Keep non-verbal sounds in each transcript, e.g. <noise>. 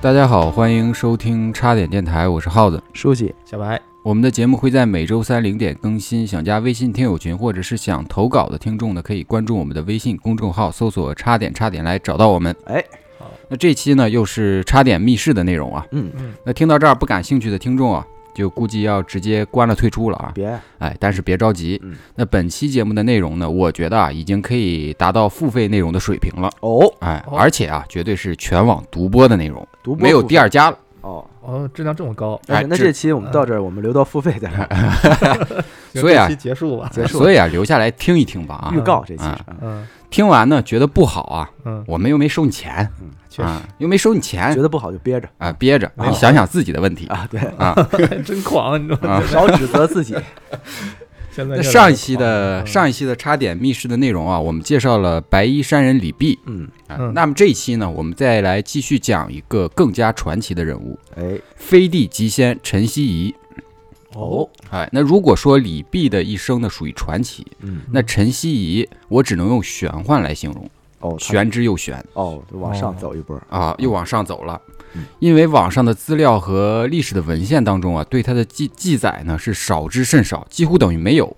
大家好，欢迎收听插点电台，我是耗子。书记，小白，我们的节目会在每周三零点更新。想加微信听友群或者是想投稿的听众呢，可以关注我们的微信公众号，搜索“插点插点”来找到我们。哎，好那这期呢又是插点密室的内容啊。嗯，嗯，那听到这儿不感兴趣的听众啊，就估计要直接关了退出了啊。别，哎，但是别着急嗯，那本期节目的内容呢，我觉得啊已经可以达到付费内容的水平了。哦，哎，哦而且啊，绝对是全网独播的内容，独播没有第二二家了。哦。哦，质量这么高，那哎行那这这期我们到这儿，我们留到付费再聊。行所以啊这期结束吧，结束所以啊，留下来听一听吧啊预。告这期嗯是，嗯嗯听完呢，觉得不好啊，嗯， <laughs> 我们又没收你钱确实啊，又没收你钱觉得不好就憋着啊，憋着，啊你想想自己的问题啊。对， <laughs> 啊。真狂啊，你知道吗？啊少指责自己。现在啊那越来越上一期狂了的上一期的插点密室的内容啊，我们介绍了白衣山人李泌嗯，啊嗯。那么这一期呢，我们再来继续讲一个更加传奇的人物哎， ——飞地极仙陈希夷。嗯哦，哎，那如果说李泌的一生呢属于传奇，嗯，那陈希夷我只能用玄幻来形容，哦，他玄之又玄。哦，就往上哦走一波。啊，又往上走了嗯。因为网上的资料和历史的文献当中啊，对它的记记载呢是少之甚少，几乎等于没有，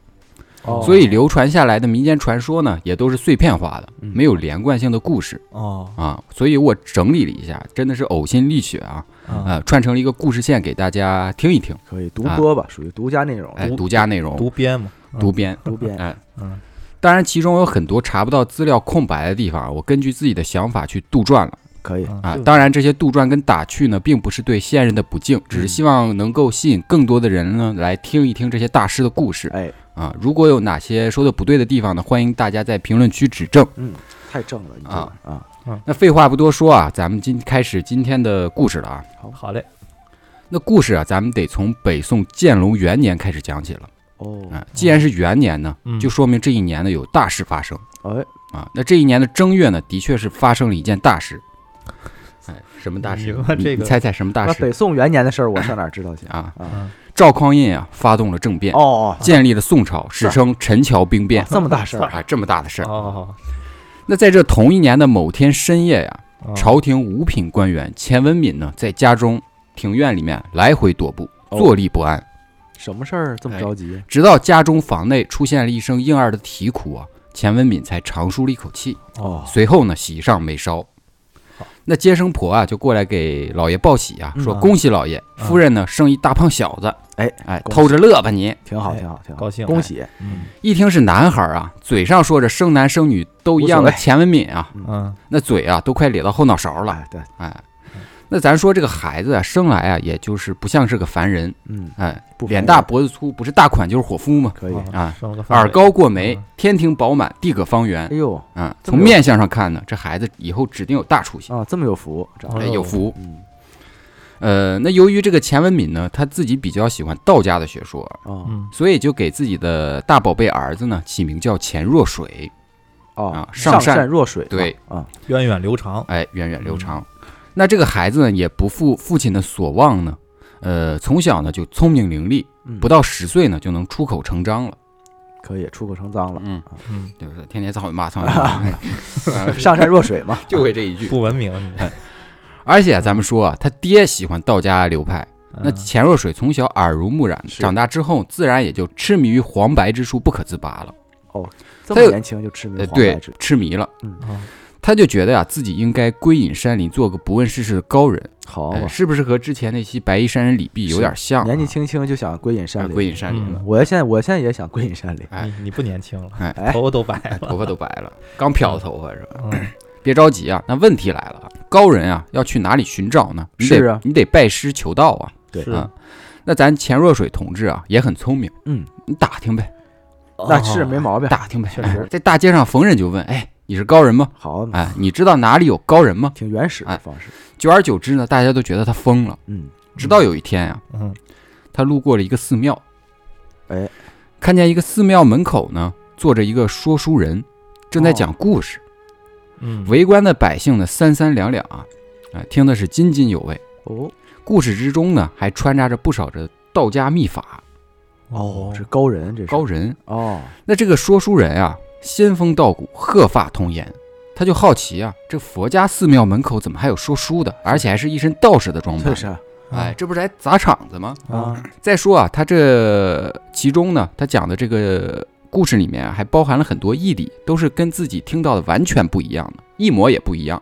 哦所以流传下来的民间传说呢，也都是碎片化的，嗯没有连贯性的故事哦，啊。所以我整理了一下，真的是呕心沥血啊，啊，呃，串成了一个故事线给大家听一听，可以独播吧，属于独家内容。哎，独独家内容，读编嘛，嗯独编，独编。哎嗯。当然，其中有很多查不到资料空白的地方，啊我根据自己的想法去杜撰了。可以。嗯啊就，当然这些杜撰跟打趣呢，并不是对先人的不敬，嗯只是希望能够吸引更多的人呢来听一听这些大师的故事哎，啊。如果有哪些说的不对的地方呢，欢迎大家在评论区指正。嗯，太正了，你这啊啊，那废话不多说啊，咱们今开始今天的故事了啊。好嘞，那故事啊，咱们得从北宋建隆元年开始讲起了哦，啊。既然是元年呢，嗯就说明这一年呢有大事发生哎，啊。那这一年的正月呢，的确是发生了一件大事。哎，什么大你事？说你这你个猜猜什么大那事北宋元年的事儿，我上哪儿知道去？啊？啊，嗯赵匡胤啊发动了政变，哦，建立了宋朝，史称陈桥兵变啊。这么大 <laughs> 事儿，啊，这么大的事儿。哦，那在这同一年的某天深夜呀、哦嗯朝廷五品官员钱文敏呢，在家中庭院里面来回踱步，哦坐立不安，什么事儿这么着急？直到家中房内出现了一声婴儿的啼哭啊，钱文敏才长舒了一口气，哦，随后呢喜上眉梢好。那接生婆啊，就过来给老爷报喜啊，嗯说啊恭喜老爷，啊夫人呢生一大胖小子，哎哎，恭喜偷着乐吧你。挺好，哎挺好，挺好，高兴恭喜！嗯一听是男孩儿啊，嘴上说着生男生女都一样的无所钱文敏啊，嗯那嘴啊都快咧到后脑勺了。哎，对，哎，那咱说这个孩子啊，生来啊，也就是不像是个凡人，嗯，哎，不脸烦大人脖子粗，不是大款就是伙夫嘛，可以。嗯啊，生了个范耳围高过眉嗯，天庭饱满，地阁方圆哎，呦啊，这从么有面相上看呢，这孩子以后指定有大出息，啊，这么有福，长哦哎，得有福。嗯呃，那由于这个钱文敏呢，他自己比较喜欢道家的学说，哦嗯所以就给自己的大宝贝儿子呢起名叫钱若水。哦啊，上上善若水嘛，对啊，源远流长，哎，源远流嗯长。那这个孩子呢，也不负父亲的所望呢，呃，从小呢就聪明伶俐，嗯不到十岁呢就能出口成章了。可以出口成脏了，嗯，嗯，就是天天操你妈，操你 <laughs> 妈，哎上善若水嘛，就嗯会这一句。不文明，嗯你而且咱们说啊，他爹喜欢道家流派，那嗯钱若水从小耳濡目染，是长大之后自然也就痴迷于黄白之术不可自拔了。他这么有年轻就痴迷呃，嗯黄白对之，，痴迷了。哦他就觉得呀、自己应该归隐山林，做个不问世事的高人，好哎嘛，是不是和之前那期白衣山人李泌有点像啊？哦年纪轻轻就想归隐啊山林，归隐山林了。嗯我现在我现在也想归隐山林，哎你你不年轻了，哎头发都白哎，了，头发都白了，刚漂头发是吧？嗯 <clears throat> 别着急啊，那问题来了啊，高人啊要去哪里寻找呢？你得是啊你得拜师求道啊。对是啊那咱钱若水同志啊也很聪明，嗯，你打听呗，那是没毛病，哦打听呗，确实在大街上逢人就问，哎，你是高人吗？好嘛，哎，你知道哪里有高人吗？挺原始的哎方式，久而久之呢，大家都觉得他疯了。嗯，直到有一天呀、嗯他路过了一个寺庙，哎，看见一个寺庙门口呢坐着一个说书人，正在哦讲故事。嗯，围观的百姓呢三三两两啊，哎，听的是津津有味。哦故事之中呢，还穿插着不少的道家秘法哦是高人这是高人。哦，那这个说书人啊，仙风道骨，鹤发童颜，他就好奇啊，这佛家寺庙门口怎么还有说书的，而且还是一身道士的装扮确？实哎，这不是来砸场子吗？哦啊，再说啊，他这其中呢，他讲的这个故事里面啊还包含了很多义理，都是跟自己听到的完全不一样的，一模也不一样。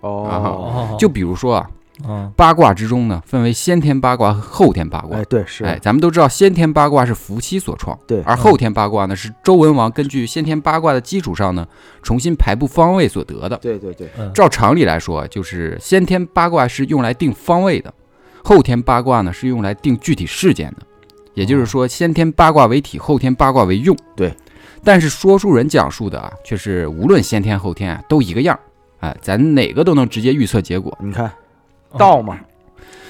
啊哦，哦，就比如说啊，嗯八卦之中呢，分为先天八卦和后天八卦哎，。对，是，哎，咱们都知道先天八卦是伏羲所创，对嗯而后天八卦呢是周文王根据先天八卦的基础上呢，重新排布方位所得的。对对对，嗯，照常理来说，就是先天八卦是用来定方位的，后天八卦呢是用来定具体事件的。也就是说，先天八卦为体，后天八卦为用。哦对，但是说书人讲述的啊，却是无论先天后天啊都一个样儿。哎，咱哪个都能直接预测结果。你看哦道嘛，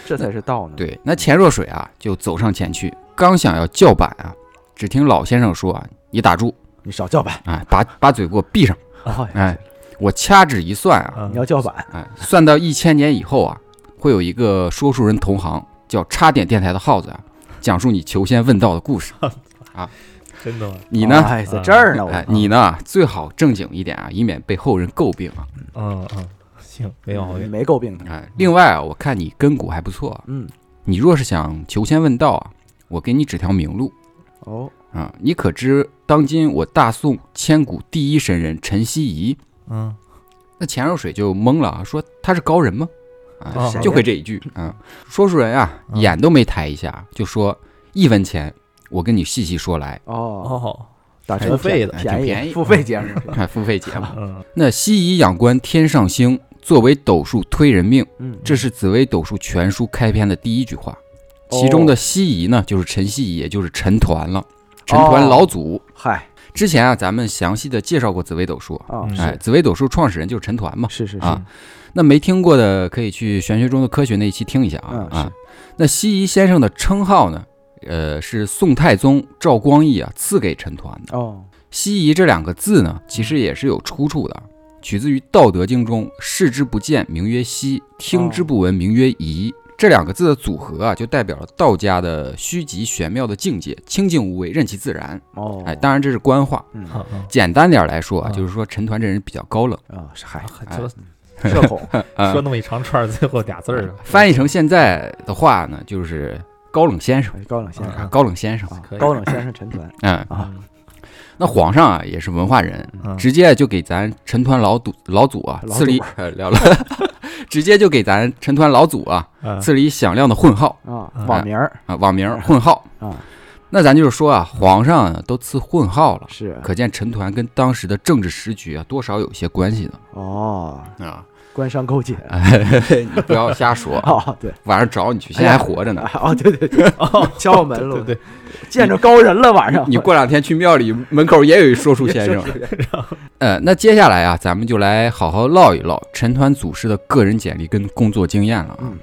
这才是道呢。，对，那钱若水啊就走上前去，刚想要叫板啊，只听老先生说啊：“你打住！你少 <laughs> 叫板，哎，把把嘴给我闭上！哎哎，我掐指一算啊，嗯你要叫板，哎，算到一千年以后啊，会有一个说书人同行叫插点电台的耗子啊，讲述你求仙问道的故事。真的吗？你呢？哎，在这儿呢，哎，我你呢？最好正经一点啊，以免被后人诟病啊。嗯嗯，行，没毛病。没诟病的。哎，另外啊，我看你根骨还不错啊，嗯，你若是想求仙问道啊，我给你指条明路哦，啊。你可知当今我大宋千古第一神人陈希夷？嗯，那钱若水就懵了啊，说他是高人吗？啊哦，就会这一句啊。说书人啊，嗯眼都没抬一下，就说一文钱，我跟你细细说 <laughs> 来。哦，哦，打付车费的挺便便宜嗯付费节目，看付费节目，嗯那西夷仰观天上星，作为斗数推人命，嗯，这是紫微斗数全书开篇的第一句话。哦其中的西夷呢，就是陈西夷，也就是陈抟了，陈哦抟老祖。嗨之前啊，咱们详细的介绍过紫微斗数，啊，嗯哎，紫微斗数创始人就是陈抟嘛。是是是啊，那没听过的可以去《玄学中的科学》那一期听一下啊、嗯啊。那西夷先生的称号呢，呃，是宋太宗赵光义啊赐给陈抟的。哦，西夷这两个字呢，其实也是有出处的，取自于《道德经》中“视之不见，名曰西；听哦之不闻，名曰夷”这两个字的组合啊，就代表了道家的虚极玄妙的境界，清净无为，任其自然。哦，哎，当然这是官话。嗯嗯嗯简单点来说啊，嗯就是说陈抟这人比较高冷，啊，是嗨，哎就 <laughs> 社恐，啊说那么一长串儿，最后俩字儿了哎翻译成现在的话呢，就是高冷先生哎高冷先生啊，嗯高冷先生。啊可，以高冷先生陈团嗯，啊，那皇上啊也是文化人，嗯直接就给咱陈抟老祖老祖啊老祖赐了一 <laughs> 呃了了，直接就给咱陈抟老祖啊嗯赐了一响亮的混号啊嗯，网名儿啊，网名儿混号啊。那咱就是说啊，皇上啊都赐混号了，是可见陈抟跟当时的政治时局啊多少有些关系的哦，啊。 <laughs> 官商勾结，你不要瞎说哦，对，晚上哎找你去，现在还活着呢。哦，对对对，敲我门了， <laughs> 对对，见着高人了，晚上你过两天去庙里门口也有一说书先 <laughs> 生。呃，那接下来啊，咱们就来好好唠一唠陈抟祖师的个人简历跟工作经验了啊。嗯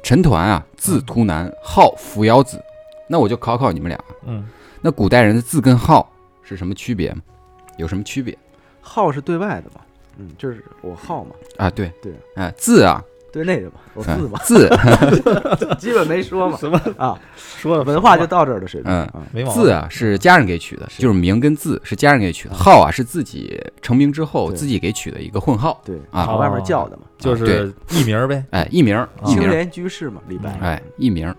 陈抟啊，字图南，号扶摇子。那我就考考你们俩，啊 <laughs> 嗯那古代人的字跟号是什么区别吗？有什么区别号是对外的嘛，嗯，就是我号嘛，啊？对对，哎、字啊，对内的嘛，我哎字嘛，字 <laughs> 基本没说 <laughs> 嘛，什么啊，说的文化就到这儿的水平嗯啊，没毛病字啊是家人给取的，是就是名跟字是家人给取的，号啊是自己成名之后对自己给取的一个混号对，哦啊。往外面叫的嘛，就是艺名儿呗。哎，艺名儿，艺青名儿。莲居士嘛，李白，哎，艺名儿。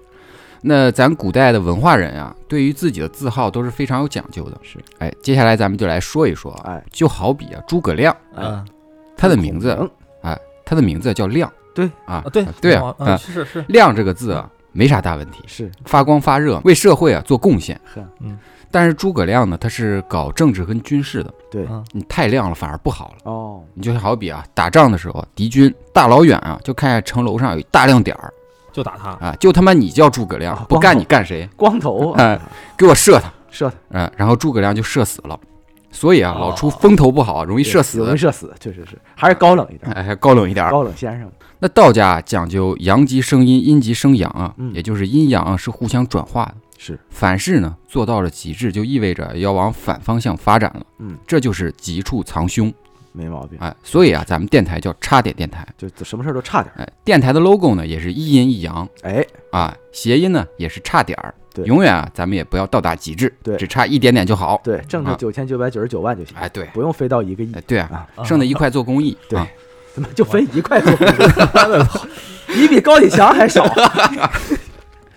那咱古代的文化人啊，对于自己的字号都是非常有讲究的。是，哎，接下来咱们就来说一说啊，哎，就好比啊，诸葛亮，哎嗯他的名字孔，明哎，他的名字叫亮，对啊啊，对对没啊毛，嗯啊，是是是，亮这个字啊，没啥大问题，是发光发热，为社会啊做贡献。嗯很但是诸葛亮呢，他是搞政治跟军事的，对嗯你太亮了反而不好了。哦，你就好比啊，打仗的时候，敌军大老远啊就看见城楼上有一大亮点儿就打他。啊，就他妈你叫诸葛亮啊，不干光头你干谁？光头啊哎，给我射他！射他嗯，然后诸葛亮就射死了。所以啊，哦老出风头不好，容易射死有。人射死，确实是，还是高冷一 <laughs> 点，哎，高冷一点儿。高冷先生，那道家讲究阳极生阴，阴极生阳啊，嗯也就是阴阳啊是互相转化的。是反噬呢做到了极致，就意味着要往反方向发展了。嗯，这就是急处藏凶。没毛病，哎，所以啊，咱们电台叫差点电台。就什么事儿都差点儿，哎，电台的 logo 呢也是一阴一阳哎，啊，谐音呢也是差点儿。对永远啊，咱们也不要到达极致，对只差一点点就好。对，挣个啊九千九百九十九万就行，哎，对，不用飞到一个亿哎，，对啊，啊，嗯剩的一块做公益，对啊怎么就飞一块多？ <laughs> 你比高启强还少，啊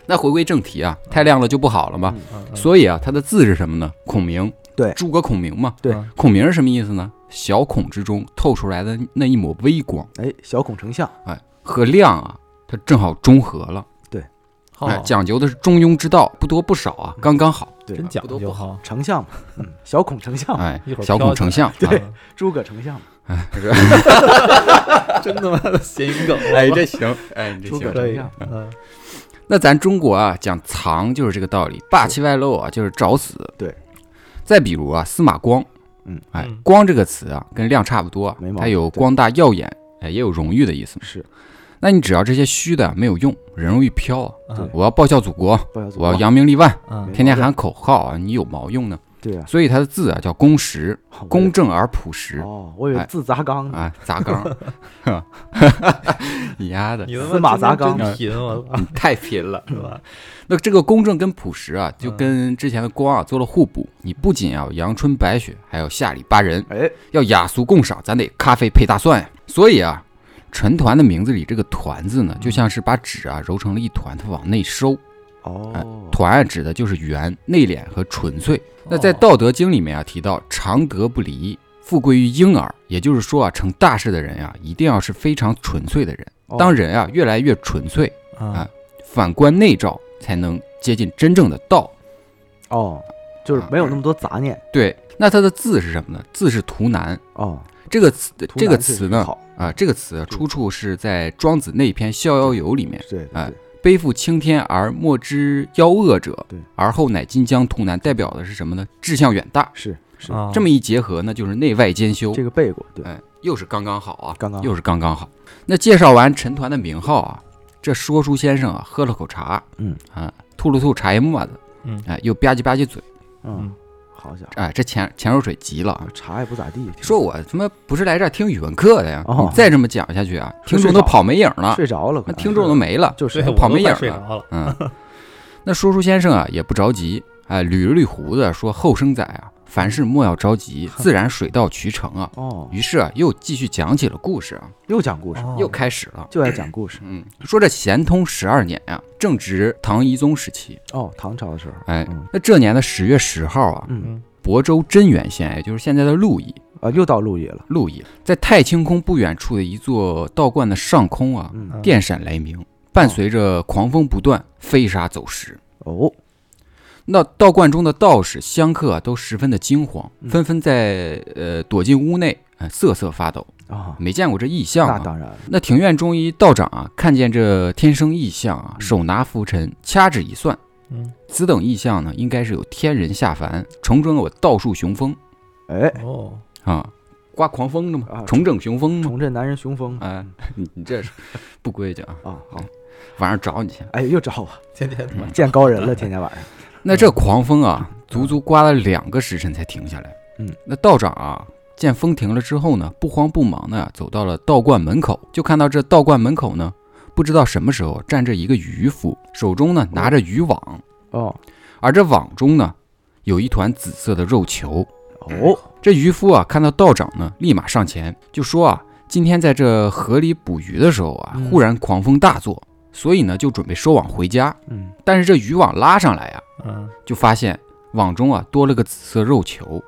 那回归正题啊，太亮了就不好了嘛。嗯嗯所以啊，它的字是什么呢？孔明，对诸葛孔明嘛。对嗯孔明是什么意思呢？小孔之中透出来的那一抹微光，哎，小孔丞相，哎，和亮啊，它正好中和了。好哎，讲究的是中庸之道，不多不少啊，刚刚好。对真讲不多究不好哈，丞相嘛，嗯，小孔丞相嘛，哎一会，儿小孔啊飘丞起相，啊对，诸葛丞相嘛， <laughs> 真他妈的谐音梗，哎，这行， <laughs> 哎，这诸葛行。可丞以相，嗯那咱中国啊，讲藏就是这个道理，霸气外露啊，就是找死。对。再比如啊，司马光，嗯，哎嗯，光这个词啊，跟亮差不多啊没毛，病它有对光大耀眼，哎，也有荣誉的意思嘛。是那你只要这些虚的没有用，人容易飘啊。对我要报效祖国，不要做我要梦扬名立万，嗯嗯没天天喊口号啊，你有毛用呢？对啊，所以它的字啊叫公实，好公正而朴实哦，我以为自砸缸呢，啊，砸缸， <laughs> <laughs> 你丫的，你司马砸缸真贫，我操，你太贫了。嗯是吧？那这个公正跟朴实啊，就跟之前的光啊做了互补。你不仅要阳春白雪，还要下里巴人，哎，要雅俗共赏，咱得咖啡配大蒜呀。所以啊，成团的名字里这个“团”字呢，就像是把纸啊揉成了一团，它往内收。嗯哦，团啊指的就是圆、内敛和纯粹。那在《到道德经》里面啊提到“常德不离，富贵于婴儿”，也就是说啊，成大事的人啊，一定要是非常纯粹的人。哦当人啊越来越纯粹，啊啊，反观内照，才能接近真正的道。哦，就是没有那么多杂念啊对，那它的字是什么呢？字是图南。哦，这个词，图这个南确词实呢，好，嗯啊，这个词出处是在《庄子》那篇《逍遥游》里面。对对哎对，背负青天而莫之夭恶者对，而后乃今将图南，代表的是什么呢？志向远大。是是，啊这么一结合呢，就是内外兼修。这个背过，对，哎，又是刚刚好啊，刚刚好又是刚刚好。那介绍完陈团的名号啊，这说书先生啊喝了口茶，嗯啊，吐了吐茶叶沫子，嗯哎，又吧唧吧唧嘴，嗯，好家哎，这钱钱若水急了啊伙，，茶也不咋地，说我他妈不是来这儿听语文课的呀！哦你再这么讲下去啊，听听众睡都着跑没影了，睡着了，啊那听众都没了。就对是，我跑都没快影睡了着了，嗯，那说书先生啊也不着急，哎，捋了捋胡子说：“后生仔啊，凡事莫要着急，自然水到渠成啊。”哦，于是啊，又继续讲起了故事啊，又讲故事，哦又开始了。就爱讲故事，嗯，说这咸通十二年啊，正值唐懿宗时期。哦，唐朝的时候，哎嗯，那这年的十月十号啊，嗯，嗯亳州真源县，也就是现在的鹿邑，啊，又到陆毅了，鹿邑在太清宫不远处的一座道观的上空啊，嗯，嗯电闪雷鸣，伴随着狂风不断，飞沙走石。哦，那道观中的道士、香客啊，都十分的惊慌，嗯纷纷在呃躲进屋内，呃瑟瑟发抖，啊，没见过这异象那啊。当然了，那庭院中一道长啊，看见这天生异象啊，嗯手拿拂尘，掐指一算，嗯此等异象呢，应该是有天人下凡，重整我道术雄风哎，哦，啊，刮狂风了嘛啊，重整雄风嘛。重振男人雄 <laughs> 风，哎，你你这是不规矩啊，啊，好，晚上找你去。哎，又找我，天天他妈见高人嗯了，天天晚上，那这狂风啊，足足刮了两个时辰才停下来。嗯，那道长啊，见风停了之后呢，不慌不忙的走到了道观门口，就看到这道观门口呢，不知道什么时候站着一个渔夫，手中呢拿着渔网，哦，而这网中呢有一团紫色的肉球。哦，这渔夫啊，看到道长呢，立马上前就说啊，今天在这河里捕鱼的时候啊，嗯忽然狂风大作，所以呢就准备收网回家，嗯，但是这渔网拉上来呀、啊嗯就发现网中啊多了个紫色肉球。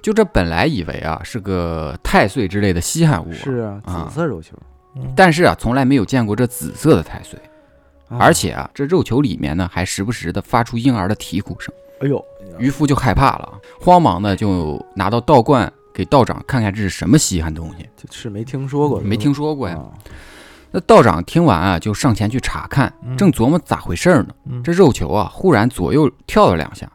就这本来以为啊是个太岁之类的稀罕物、啊，是啊，啊紫色肉球，嗯但是啊从来没有见过这紫色的太岁，啊而，且啊这肉球里面呢还时不时的发出婴儿的啼哭声，哎呦，渔夫就害怕了，啊慌忙呢就拿到道观给道长看看这是什么稀罕东西，这是没听说过的，没听说过呀。啊，那道长听完啊就上前去查看，嗯正琢磨咋回事儿呢，嗯这肉球啊忽然左右跳了两下，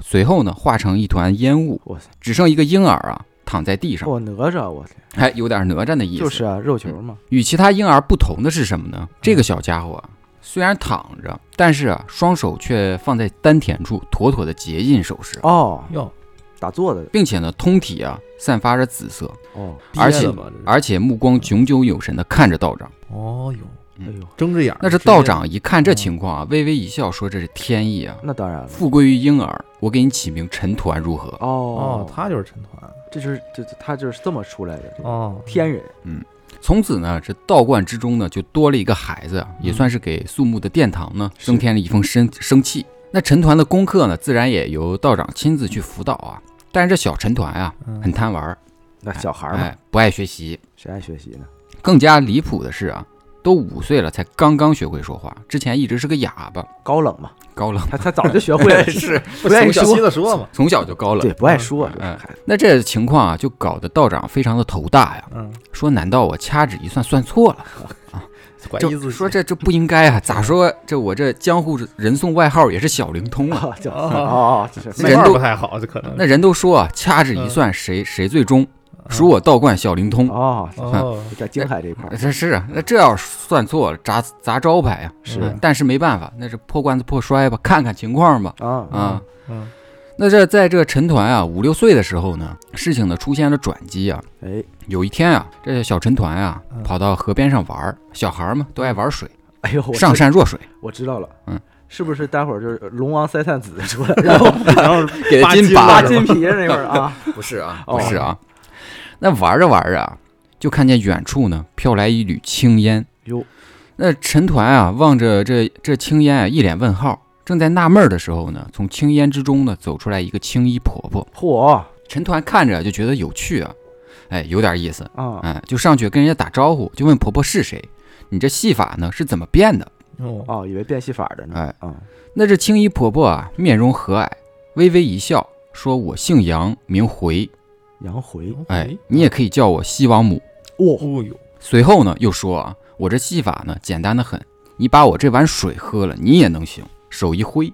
随后呢化成一团烟雾，哇塞，只剩一个婴儿啊躺在地上，我哪吒，我天，还有点哪吒的意思。就是嗯啊，肉球嘛，与其他婴儿不同的是什么呢？这个小家伙啊，虽然躺着，但是啊，双手却放在丹田处，妥妥的结印手势，哦，哟，打坐的，并且呢，通体啊散发着紫色，哦，而且憋了吧这是而且目光炯炯有神的看着道长。哦哟，嗯哎呦，睁着眼儿，那是道长一看这情况啊，微微一笑说：“这是天意啊，那当然了。富贵于婴儿，我给你起名陈团如何哦哦，，他就是陈团这就是这这他就是这么出来的，这哦，天人？”从此呢，这道观之中呢，就多了一个孩子啊，也算是给肃穆的殿堂嗯呢增添了一份生生气。那陈团的功课呢，自然也由道长亲自去辅导啊。但是这小陈团啊，嗯很贪玩儿，那小孩儿嘛，哎，不爱学习。谁爱学习呢？更加离谱的是啊，都五岁了才刚刚学会说话，之前一直是个哑巴，高冷嘛，高冷。他他早 <laughs> 就学会了，哎是不愿意小说心，的说嘛，从小就高冷对，。不爱说，这嗯孩子那这情况啊，就搞得道长非常的头大呀，嗯，说难道我掐指一算算错了？怀疑就自己说这这不应该啊！咋说这我这江湖人送外号也是小灵通啊！啊，这哦哦，这那是人人都不太好，这可能嗯那人都说啊，掐指一算谁谁最终，属我道观小灵通。哦，哦，在京海这一块儿这是啊，那这要算错了砸砸招牌呀、是嗯但是没办法，那是破罐子破摔吧，看看情况吧。啊，啊，嗯，那这在这陈团啊五六岁的时候呢，事情呢出现了转机啊。哎，有一天啊，这小陈团啊嗯跑到河边上玩儿，小孩儿嘛都爱玩水，哎呦，我知上，善若 <laughs> 水，我知道了，嗯，是不是待会儿就是龙王塞探子出来， <laughs> 然后然后是 <laughs> 给他金拔扒是吧金皮那会儿啊， <laughs> 不是啊，哦不是啊。那玩着玩着啊，就看见远处呢飘来一缕青烟。哟，那陈团啊，望着这这青烟啊，一脸问号，正在纳闷儿的时候呢，从青烟之中呢走出来一个青衣婆婆。嚯陈团看着就觉得有趣啊，哎，有点意思，啊哎，就上去跟人家打招呼，就问婆婆是谁，你这戏法呢是怎么变的？哦，哦，以为变戏法的呢，哎，啊，那这青衣婆婆啊，面容和蔼，微微一笑，说：“我姓杨，名回，杨回，哎，你也可以叫我西王母。”哇，哦哟，随后呢，又说啊，我这戏法呢简单的很，你把我这碗水喝了，你也能行。手一挥，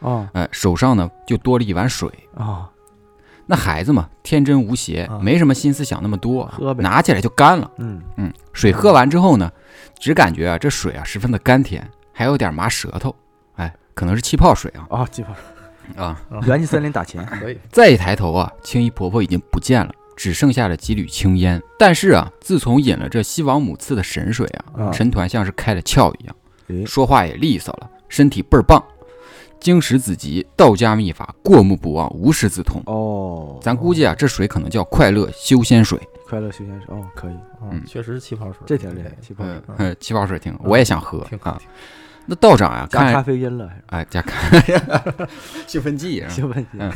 啊哎、手上呢就多了一碗水。啊，那孩子嘛，天真无邪啊，没什么心思想那么多，喝呗拿起来就干了。嗯，水喝完之后呢，只感觉啊这水啊十分的甘甜，还有点麻舌头，哎，可能是气泡水啊啊，鸡巴，啊！元气森林打 <laughs> 钱，可以，再一抬头啊，青衣婆婆已经不见了，只剩下了几缕青烟。但是啊，自从饮了这西王母赐的神水啊，啊陈团像是开了窍一样。哎，说话也利索了，身体倍儿棒。经史子集，道家秘法，过目不忘，无师自通。哦，咱估计啊，这水可能叫快乐修仙水，快乐修仙手，哦，可以，嗯嗯，确实是气泡水，这挺厉害，气泡水嗯，呃气泡水挺，我也想喝挺好啊。那道长啊，加咖看，啡因了，还是哎，加看， <laughs> 兴奋剂啊。兴奋剂嗯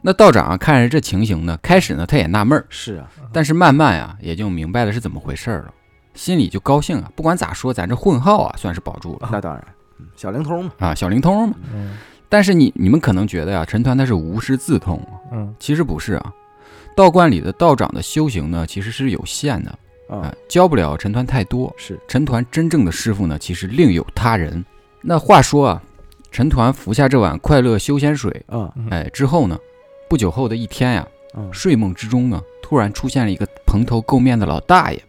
那道长啊，看着这情形呢，开始呢他也纳闷儿，是啊，但是慢慢啊也就明白了是怎么回事儿了，心里就高兴啊。不管咋说，咱这混号啊算是保住了那当然，嗯小灵通嘛，啊，小灵通嘛。嗯但是你你们可能觉得呀、啊陈团他是无师自通，嗯，其实不是啊，道观里的道长的修行呢，其实是有限的啊、啊，教不了陈团太多。是，陈团真正的师傅呢，其实另有他人。那话说啊，陈团服下这碗快乐修仙水，啊，嗯哎，之后呢，不久后的一天呀、嗯，睡梦之中呢，突然出现了一个蓬头垢面的老大爷，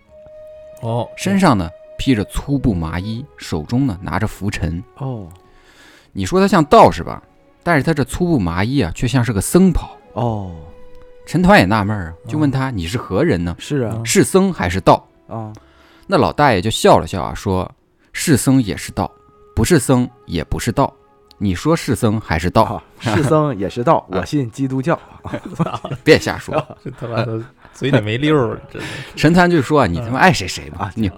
哦，身上呢披着粗布麻衣，手中呢拿着拂尘。哦，你说他像道士吧，但是他这粗布麻衣啊，却像是个僧袍。哦，陈团也纳闷儿啊，就问他：“你是何人呢？”是啊，是僧还是道？啊，那老大爷就笑了笑啊，说：“是僧也是道，不是僧也不是道。你说是僧还是道？啊是僧也是道，我信基督教，别瞎说。 <laughs> 这他妈的嘴里没溜儿，真的”陈参就说：“啊，你他妈爱谁谁吧，扭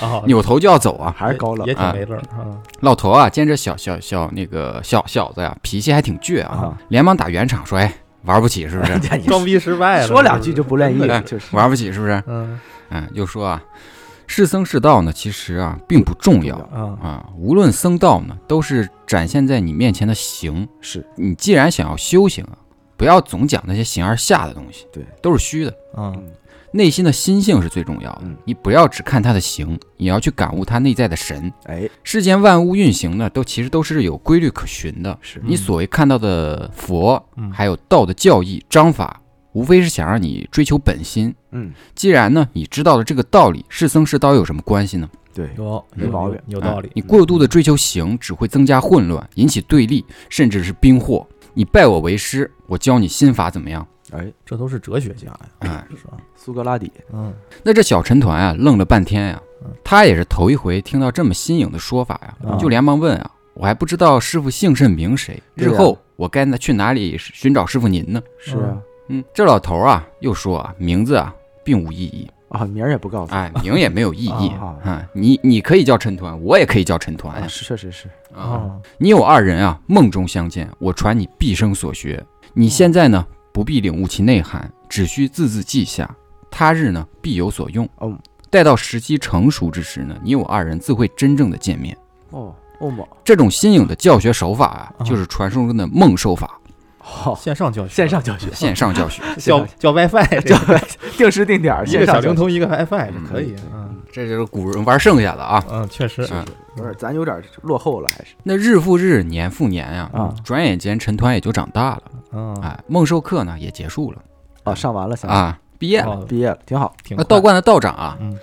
啊， <laughs> 扭头就要走啊。还是高冷也挺没溜儿啊，”老头啊，见这小小小那个小小子呀、脾气还挺倔啊啊，连忙打圆场说：“哎，玩不起是不 <laughs> 是？哎呀 <laughs> 装逼失败了，说两句就不愿意真的哎了，就是玩不起是不是嗯？”嗯，就说啊，是僧是道呢，其实啊并不重要啊，啊，无论僧道呢，都是展现在你面前的行。是你既然想要修行啊，不要总讲那些形而下的东西，对，都是虚的。嗯内心的心性是最重要的嗯，你不要只看它的形，也要去感悟它内在的神。哎，世间万物运行呢，都其实都是有规律可循的。是你所谓看到的佛，嗯还有道的教义、章法，无非是想让你追求本心。嗯，既然呢，你知道了这个道理，是僧是道有什么关系呢？对，有没毛病有道理哎。你过度的追求形，只会增加混乱，引起对立，甚至是兵祸。你拜我为师，我教你心法怎么样？哎，这都是哲学家呀，哎是吧？苏格拉底，嗯，那这小陈团啊，愣了半天呀、他也是头一回听到这么新颖的说法呀啊，就连忙问啊，我还不知道师傅姓甚名谁，对日呀后我该那去哪里寻找师傅您呢？是啊，嗯，这老头啊又说啊，名字啊并无意义，啊，名儿也不告诉哎，名也没有意义啊啊，你你可以叫陈团，我也可以叫陈团啊，呀是确实是，啊，哦你我二人啊梦中相见，我传你毕生所学，你现在呢不必领悟其内涵，只需字字记下，他日呢必有所用。嗯，待到时机成熟之时呢，你我二人自会真正的见面。哦，欧某，这种新颖的教学手法啊，啊就是传说中的梦授法，好，线上教学，线上教学，线上教啊学，叫叫 WiFi，教定时定点儿一个线小上教灵学，通，一个 WiFi 嗯就可以。嗯 <laughs> 这就是古人玩剩下的啊。嗯，确实，嗯，不是咱有点落后了，还是那日复日，年复年啊，啊转眼间陈团也就长大了，嗯，哎，梦授课呢也结束了哦，上完了，现在啊，毕业了。哦毕业了，挺好，挺那快道，观的道长啊，嗯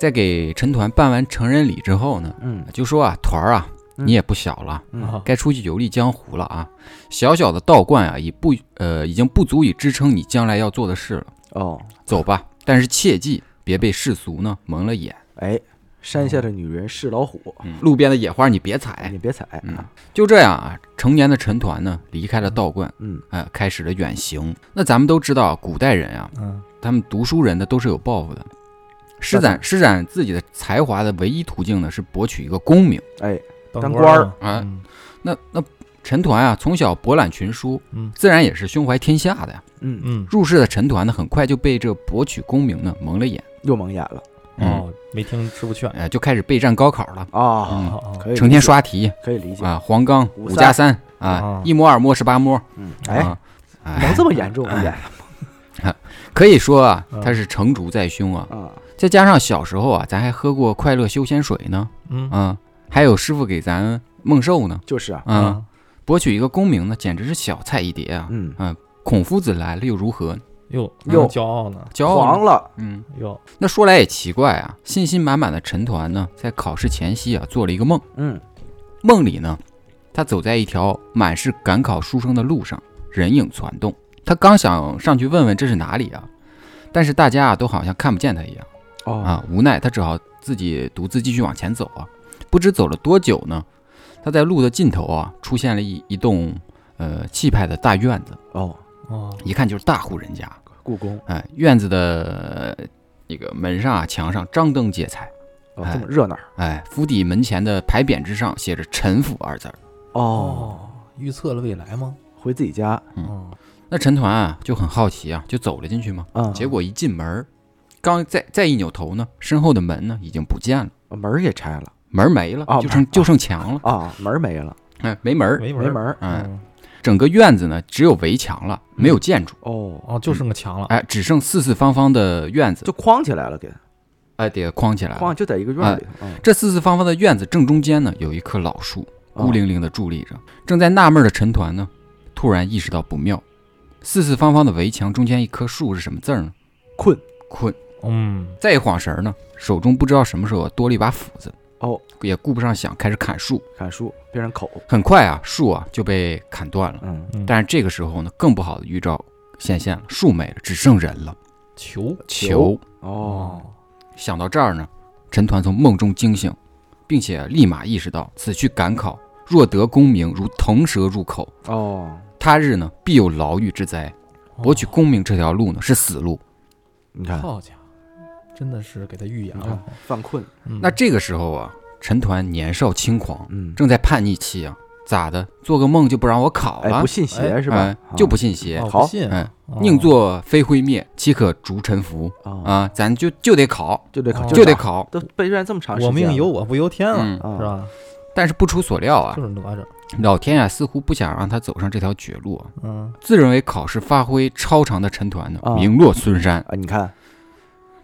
在给陈团办完成人礼之后呢，嗯就说啊，团儿啊，嗯你也不小了，嗯，该出去游历江湖了啊。小小的道观啊，已不呃已经不足以支撑你将来要做的事了，哦，走吧。但是切记别被世俗呢蒙了眼，哎，山下的女人是老虎，嗯路边的野花你别采。你别踩嗯啊，就这样啊，成年的陈团呢离开了道观，嗯，呃，开始了远行。那咱们都知道，古代人啊，嗯，他们读书人呢都是有抱负的。施展施展自己的才华的唯一途径呢，是博取一个功名。哎，当官官儿嘛哎嗯那那陈团啊，从小博览群书，嗯自然也是胸怀天下的呀。嗯，嗯，入世的陈团呢，很快就被这博取功名呢蒙了眼，又蒙眼了嗯，哦，没听师傅劝，哎、就开始备战高考了，啊，嗯哦哦可以理解，成天刷题可以理解，啊，黄冈五五加三哦啊，一摸二摸十八摸，嗯，哎，啊，哎能这么严重一点可以说啊嗯，他是成竹在胸啊，啊？再加上小时候啊，咱还喝过快乐休闲水呢，嗯啊，还有师傅给咱梦寿呢，就是啊，啊，，博取一个功名呢，简直是小菜一碟啊。嗯，孔夫子来了又如何？哟哟骄傲呢，骄傲黄呢，了，嗯。哟，那说来也奇怪啊，信心满满的陈团呢，在考试前夕啊，做了一个梦。嗯，梦里呢，他走在一条满是赶考书生的路上，人影攒动。他刚想上去问问这是哪里啊，但是大家啊都好像看不见他一样哦，啊，无奈他只好自己独自继续往前走啊。不知走了多久呢，他在路的尽头啊，出现了一一栋呃气派的大院子，哦，哦，一看就是大户人家。故宫哎，院子的呃那个门上啊，墙上张灯结彩。哦哎这么热闹哎，府邸门前的牌匾之上写着“陈府”二字儿。哦，哦，预测了未来吗？回自己家，嗯哦，那陈团啊就很好奇啊，就走了进去嘛。嗯，结果一进门儿，刚再再一扭头呢，身后的门呢已经不见了，啊门儿给拆了门儿没了，哦就门儿剩就剩墙了，啊，门儿没了，哎，没门儿。没没门门儿，儿哎，嗯，整个院子呢只有围墙了，没有建筑，哦，哦，就剩个墙了，哎，只剩四四方方的院子就，框起来了，给哎，得框起来框了。就在一个院儿里头，嗯，这四四方方的院子正中间呢有一棵老树，孤啊零零地伫立着。正在纳闷的陈团呢，突然意识到不妙，四四方方的围墙中间一棵树是什么字儿呢？困困。嗯，再一晃神儿呢，手中不知道什么时候多了一把斧子，哦，也顾不上想，开始砍树。砍树变成口，很快啊，树啊就被砍断了。嗯，但是这个时候呢，更不好的预兆显现了，树没了，只剩人了。球，球球哦，，想到这儿呢，陈团从梦中惊醒，并且立马意识到此去赶考，若得功名，如腾蛇入口，哦，他日呢必有牢狱之灾。博哦取功名这条路呢是死路。你哦看，好家伙，真的是给他预言你看了，犯困，嗯那这个时候啊，陈团年少轻狂，嗯，正在叛逆期啊，咋的？做个梦就不让我考了？哎，不信邪是吧哎？就不信邪，哦好不信哎啊，哦宁做飞灰灭，岂可逐尘浮啊，啊？咱就就得考，就得考哦，就得考，考。都备战这么长时间我了，命由我不由天了，嗯，啊是吧？但是不出所料啊就，是哪吒，老天啊似乎不想让他走上这条绝路啊。嗯，自认为考试发挥超常的陈团呢，啊名落孙山。啊，你看，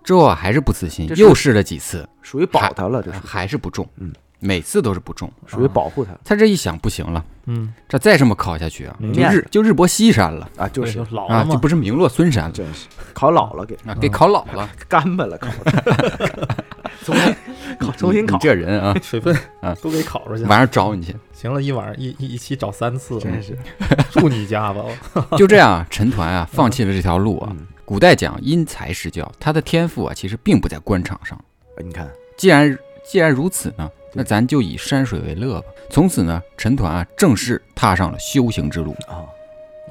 之后啊，还是不自信，这是又试了几次，属于保他了，这是还是不中嗯。每次都是不中。属于保护他他这一想，不行了，嗯，这再这么考下去啊，没就面日就日薄西山了啊，就是对哎老啊，了就嘛，不是名落孙山了真是考老了给啊，给考老了。干巴了，考的，重新 <laughs> 考重新你考你，这人 <laughs> 啊，水分啊 <laughs> 都给烤出去了。晚上找你去。行了，一晚上一一一期找三次，真是住你家吧。就这样，陈团啊，放弃了这条路啊。嗯古代讲因材施教，他的天赋啊，其实并不在官场上。哎你看既然既然如此呢，那咱就以山水为乐吧。从此呢，陈抟啊正式踏上了修行之路。啊，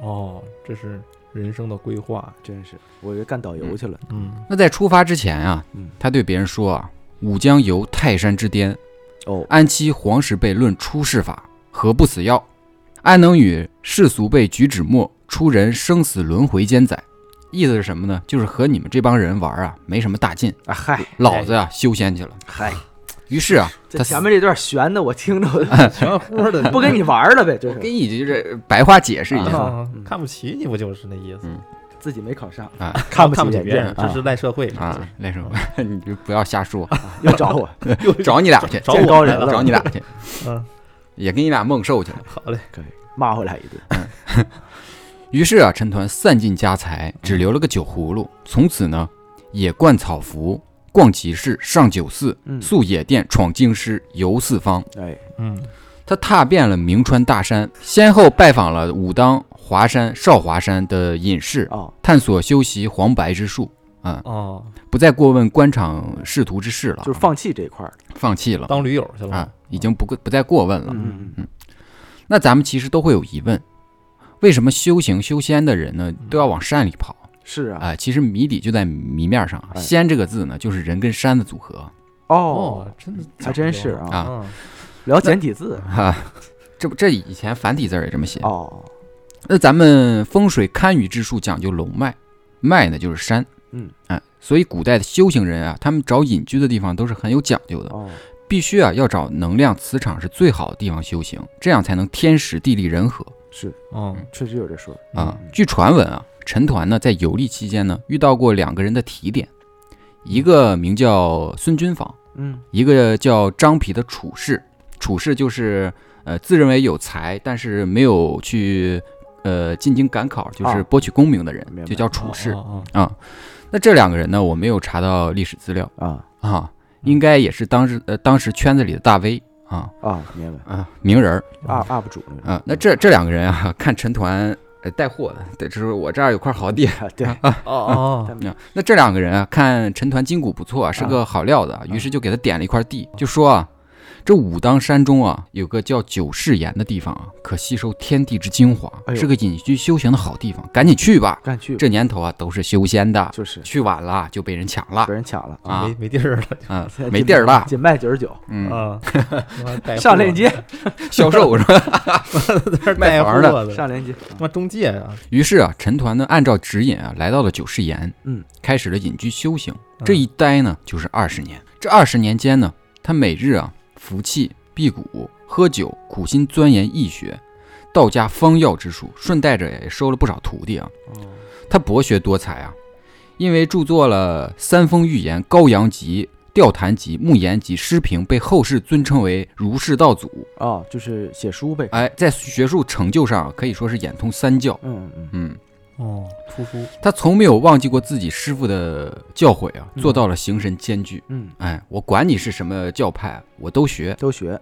哦，这是人生的规划。真是，我以为干导游去了。嗯，那在出发之前啊嗯，他对别人说啊：“吾将游泰山之巅，哦，安期黄石辈论出世法，何不死药？安能与世俗辈举止没，出人生死轮回间载。”意思是什么呢？就是和你们这帮人玩啊，没什么大劲，啊嗨老子啊修仙去了。嗨，于是啊，这他前面这段悬的，我听着我都全乎的不跟你玩儿了呗，这我是给你这白话解释一下，啊嗯看不起你不就是那意思？嗯自己没考上啊看不看不起起别人，啊这是赖社会啊，赖什么？ <laughs> 你就不要瞎说，又找我，又找你俩去，找见我高来人了，找你俩去， <laughs> 嗯，也给你俩梦兽去了。好嘞，骂回来一顿。于是啊，陈抟散尽家财，只留了个酒葫芦。从此呢，野灌草服，逛集市，上酒肆，嗯宿野店，闯京师，游四方。哎，嗯，他踏遍了明川大山，先后拜访了武当、华山、少华山的隐士，啊哦，探索修习黄白之术。啊、哦，不再过问官场仕途之事了，就是放弃这一块儿。放弃了当驴友去了啊，，已经不过不再过问了。嗯嗯那咱们其实都会有疑问，为什么修行修仙的人呢都要往山里跑？嗯，是啊、嗯啊。其实谜底就在谜面上。啊哎仙这个字呢，就是人跟山的组合哦，，真的还真是啊，啊。啊，聊简体字。哈、这不这以前繁体字儿也这么写。哦，那咱们风水堪舆之术讲究龙脉，脉呢就是山。嗯，哎、所以古代的修行人啊，他们找隐居的地方都是很有讲究的，哦，必须啊要找能量磁场是最好的地方修行，这样才能天时地利人和是，嗯，确实有这说。啊、嗯据传闻啊，陈抟呢在游历期间呢，遇到过两个人的提点，一个名叫孙君访。嗯，一个叫张皮的处士，处士就是呃自认为有才，但是没有去呃进京赶考，就是啊博取功名的人，明白就叫处士啊、哦，那这两个人呢，我没有查到历史资料啊啊，应该也是当时呃当时圈子里的大 V 啊啊，明白。啊名人儿 up up 主那个啊。那这这两个人啊， <laughs> 看陈团呃带货的，对，就是我这儿有块好地。啊，对，哦 <laughs> 哦，他们啊，那这两个人啊，看陈抟筋骨不啊错，是个好料子啊，于是就给他点了一块地，就说啊，这武当山中啊，有个叫九世岩的地方啊，可吸收天地之精华，哎呦是个隐居修行的好地方，赶紧去吧。干去吧这年头啊，都是修仙的，就是去晚了就被人抢了被人抢了，啊哦没，没地儿了， <laughs> 嗯现 <laughs> 在，没仅地儿了，哎仅卖九十九，嗯，啊，他妈带货上链接，销售是吧？在这儿卖带房货的嗯的，上链接，他妈中介啊，于是啊，陈抟呢，按照指引啊，来到了九世岩，嗯，开始了隐居修行。这一待呢，就是二十年。这二十年间呢，他每日啊服气、辟谷、喝酒，苦心钻研易学、道家方药之术，顺带着也收了不少徒弟啊。哦，他博学多才啊，因为著作了《三峰寓言》《高阳集》《钓谈集》《木言集》《诗评》，被后世尊称为儒释道祖。哦，就是写书呗，哎，在学术成就上啊可以说是眼通三教。嗯嗯嗯，哦，出书，他从没有忘记过自己师傅的教诲啊，做到了形神兼具。嗯，哎，我管你是什么教派，我都学。都学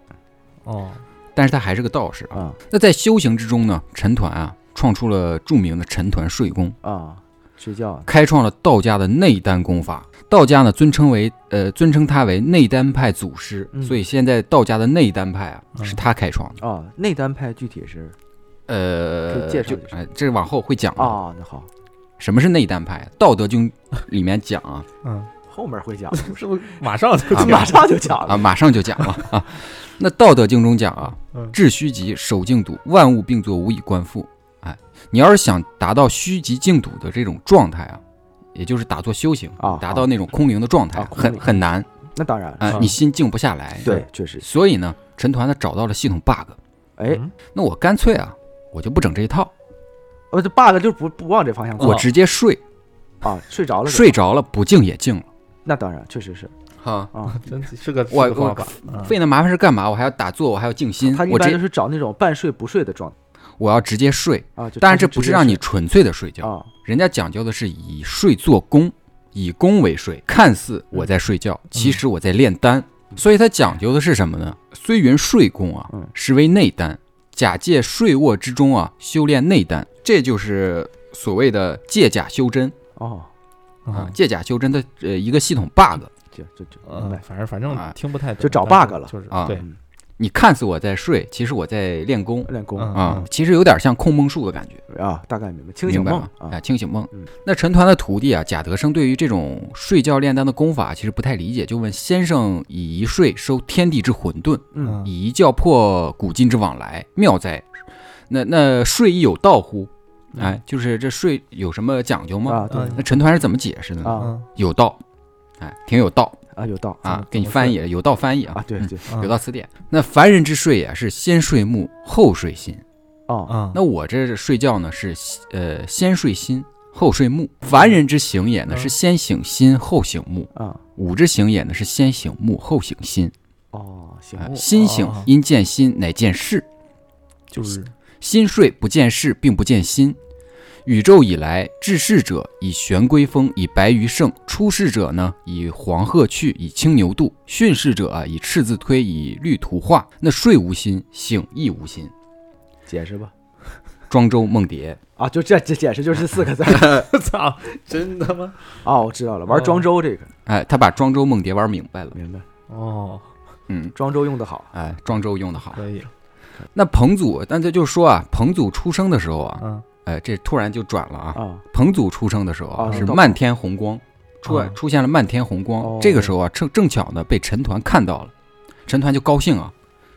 哦，但是他还是个道士啊。啊那在修行之中呢，陈抟啊创出了著名的陈抟睡功，啊，睡觉，开创了道家的内丹功法。道家呢尊称为呃尊称他为内丹派祖师，嗯所以现在道家的内丹派啊嗯是他开创的。哦，内丹派具体是可呃，以介绍就一下哎这个往后会讲的。啊，那好，什么是内丹派？《啊道德经》里面讲啊嗯，后面会讲，是不是马上就啊马上就讲啊，了，马上就讲了啊。那《道德经》中讲啊，嗯致虚极，守静笃，万物并作，无以观复。哎，你要是想达到虚极静笃的这种状态啊，也就是打坐修行啊达到那种空灵的状态，啊空灵很很难那当然了，啊、啊你心静不下来。对，，确实，所以呢，陈团他找到了系统 bug，哎，嗯那我干脆啊，我就不整这一套，我这 bug 就不不往这方向我走直接睡，啊，睡着嗯了，睡，着了不静也静了。那当然，确实是哈，啊，真是个我是个我方法，嗯费那麻烦事干嘛？我还要打坐，我还要静心他，一我般就直是找那种半睡不睡的状态我要直接睡。啊，就当然，直这接不是让你纯粹的睡觉，啊，人家讲究的是以睡做功，以功为睡。看似我在睡觉，其实我在炼丹。所以它讲究的是什么呢？虽云睡功啊嗯，实为内丹，假借睡卧之中啊修炼内丹，这就是所谓的借假修真。哦，啊啊，，借假修真的呃一个系统 bug。就就就明呃白，反正反啊正听不太懂，就找但是 bug 了就是啊对嗯你看似我在睡，其实我在练功练功嗯啊，其实有点像控梦术的感觉，啊，大概明白，清明醒白梦吗？啊哎，，清醒梦嗯。那陈抟的徒弟啊，贾德生对于这种睡觉炼丹的功法其实不太理解，就问先生以一睡收天地之混沌，嗯，以一觉破古今之往来，妙哉！那那睡亦有道乎？哎，就是这睡有什么讲究吗？啊，对那陈抟是怎么解释的呢？啊嗯有道，哎，挺有道啊，有道啊么，给你怎么翻译了，有道翻译啊啊，对对嗯有道词典。那凡人之睡也是先睡目，后睡心。啊，啊，那我这睡觉呢是呃先睡心，后睡目。凡人之醒也呢嗯是先醒心，后醒目。啊，吾之醒也呢是先醒目，后醒心。哦，醒啊，目心醒哦因见心，乃见事；就是 <laughs> 心睡不见事，并不见心。宇宙以来，治世者以玄龟风，以白鱼胜；出世者呢，以黄鹤去，以青牛渡；训世者啊，以赤字推，以绿图画。那睡无心，醒亦无心。解释吧。庄周梦蝶，啊，就这解解释就是四个字 <laughs> 操，真他妈啊，我知道了，玩庄周这个哎，他把庄周梦蝶玩明白了。明白，哦，嗯，庄周用的好，哎，庄周用的好。可以，那彭祖，那这就说啊，彭祖出生的时候啊，嗯哎，这突然就转了啊。啊彭祖出生的时候啊是是道漫天红光，出啊出现了漫天红光哦。这个时候啊，正正巧呢被陈抟看到了，陈抟就高兴啊，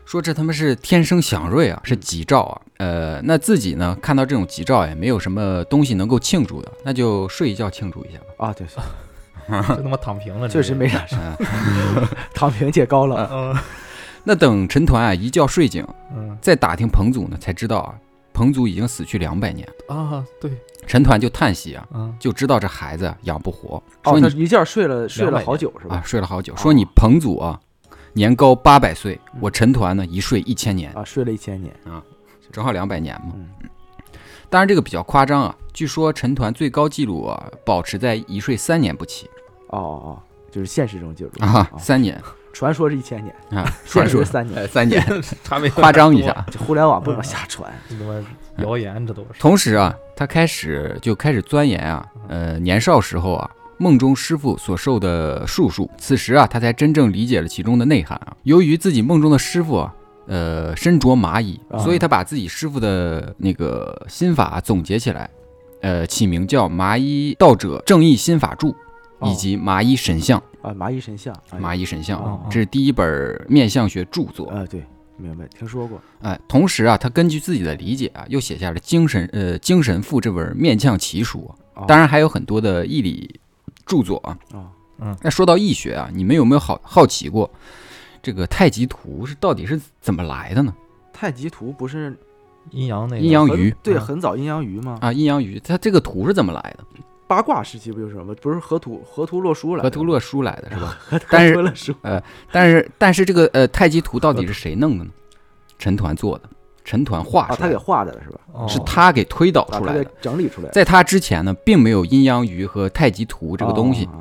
说这他妈是天生祥瑞啊，是吉兆啊。呃，那自己呢看到这种吉兆也没有什么东西能够庆祝的，那就睡一觉庆祝 <laughs> 一下吧。啊，对，就他妈躺平了，确实没啥事嗯， <laughs> 躺平解高了，啊嗯那等陈抟啊一觉睡醒，嗯再打听彭祖呢，才知道啊，彭祖已经死去两百年了。啊，对陈抟就叹息啊，啊，就知道这孩子养不活，说哦，你他、一觉睡了睡了好久是啊吧？哦睡了好久，说你彭祖啊年高八百岁，嗯我陈抟呢一睡一千年，啊，睡了一千年，正好两百年嘛。嗯当然这个比较夸张啊，据说陈抟最高纪录啊保持在一睡三年不起哦哦，哦，就是现实中记录啊，哦三年传说是一千年， <laughs> 啊，现传实说是三年，呃三年，差 <laughs> 没夸张一下，啊。这互联网不能瞎传，这嗯他妈谣言，这都是同时啊，他开始就开始钻研啊，呃，年少时候啊，梦中师傅所授的术数，此时啊，他才真正理解了其中的内涵啊。由于自己梦中的师傅啊，呃，身着麻衣，啊所以他把自己师傅的那个心法、总结起来，呃，起名叫麻衣道者正义心法注。哦以及麻衣神像，啊，麻衣神像，哎麻衣神像，哦这是第一本面相学著作。啊，对，明白，听说过，哎，同时啊，他根据自己的理解啊，又写下了《精神呃精神赋》这本面相奇书啊哦，当然还有很多的义理著作啊。啊，那说到易学啊，你们有没有好好奇过，这个太极图是到底是怎么来的呢？太极图不是阴阳那个阴阳很鱼对，啊哎很早阴阳鱼吗？啊，阴阳鱼，它这个图是怎么来的？八卦时期不就是什么？不是河图河图洛书来的河图洛书来的是吧？ <laughs> 河但是河图洛书但是但是这个呃太极图到底是谁弄的呢？陈抟做的，陈抟画啊，出他来给的，画的了是吧？哦是他给推导啊，出他来给的。整理出来的在他之前呢，并没有阴阳鱼和太极图这个东西。啊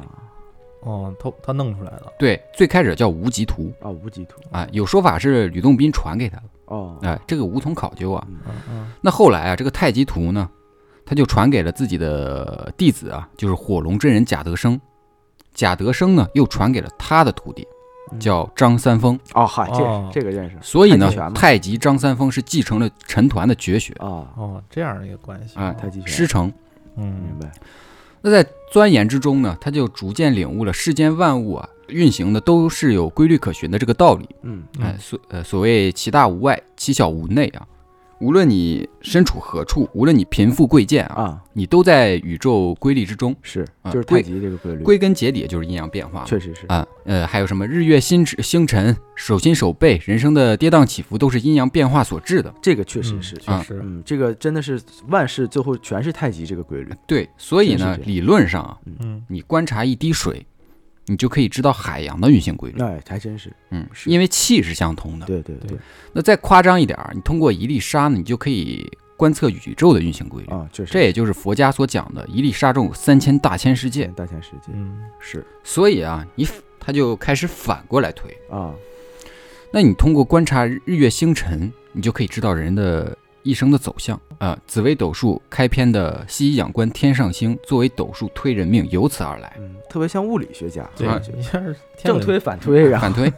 哦，他他弄出来的对，最开始叫无极图，啊，无极图啊，有说法是吕洞宾传给他的，哦哎、这个无从考究啊。嗯嗯那后来啊，这个太极图呢，他就传给了自己的弟子啊，就是火龙真人贾德生。贾德生呢，又传给了他的徒弟，叫张三丰。哦，嗨，哦这这个认识所以呢嗯太极拳，嘛太极张三丰是继承了陈抟的绝学啊，哦，这样的一个关哎系啊太极拳师承。明嗯白那在钻研之中呢，他就逐渐领悟了世间万物啊运行的都是有规律可循的这个道理。嗯哎，所呃所谓其大无外，其小无内啊。无论你身处何处，无论你贫富贵贱啊，啊你都在宇宙规律之中。是啊就是归太极这个规律，归根结底就是阴阳变化嘛确实是啊。呃，还有什么日月星驰星辰、手心手背，人生的跌宕起伏都是阴阳变化所致的。这个确实嗯是啊确实嗯，这个真的是万事最后全是太极这个规律对，所以呢，真是这样理论上啊，嗯你观察一滴水，你就可以知道海洋的运行规律。那哎还真是嗯，是因为气是相通的。对对对对那再夸张一点儿，你通过一粒沙呢，你就可以观测宇宙的运行规律。啊，确实这也就是佛家所讲的一粒沙中有三千大千世界。大千世界嗯是所以啊，你他就开始反过来推。啊那你通过观察日月星辰，你就可以知道人的一生的走向啊、紫微斗数开篇的西医仰观天上星，作为斗数推人命，由此而来。嗯，特别像物理学家，对啊， <laughs> 一下儿天正文推反 <laughs> 推，然后反推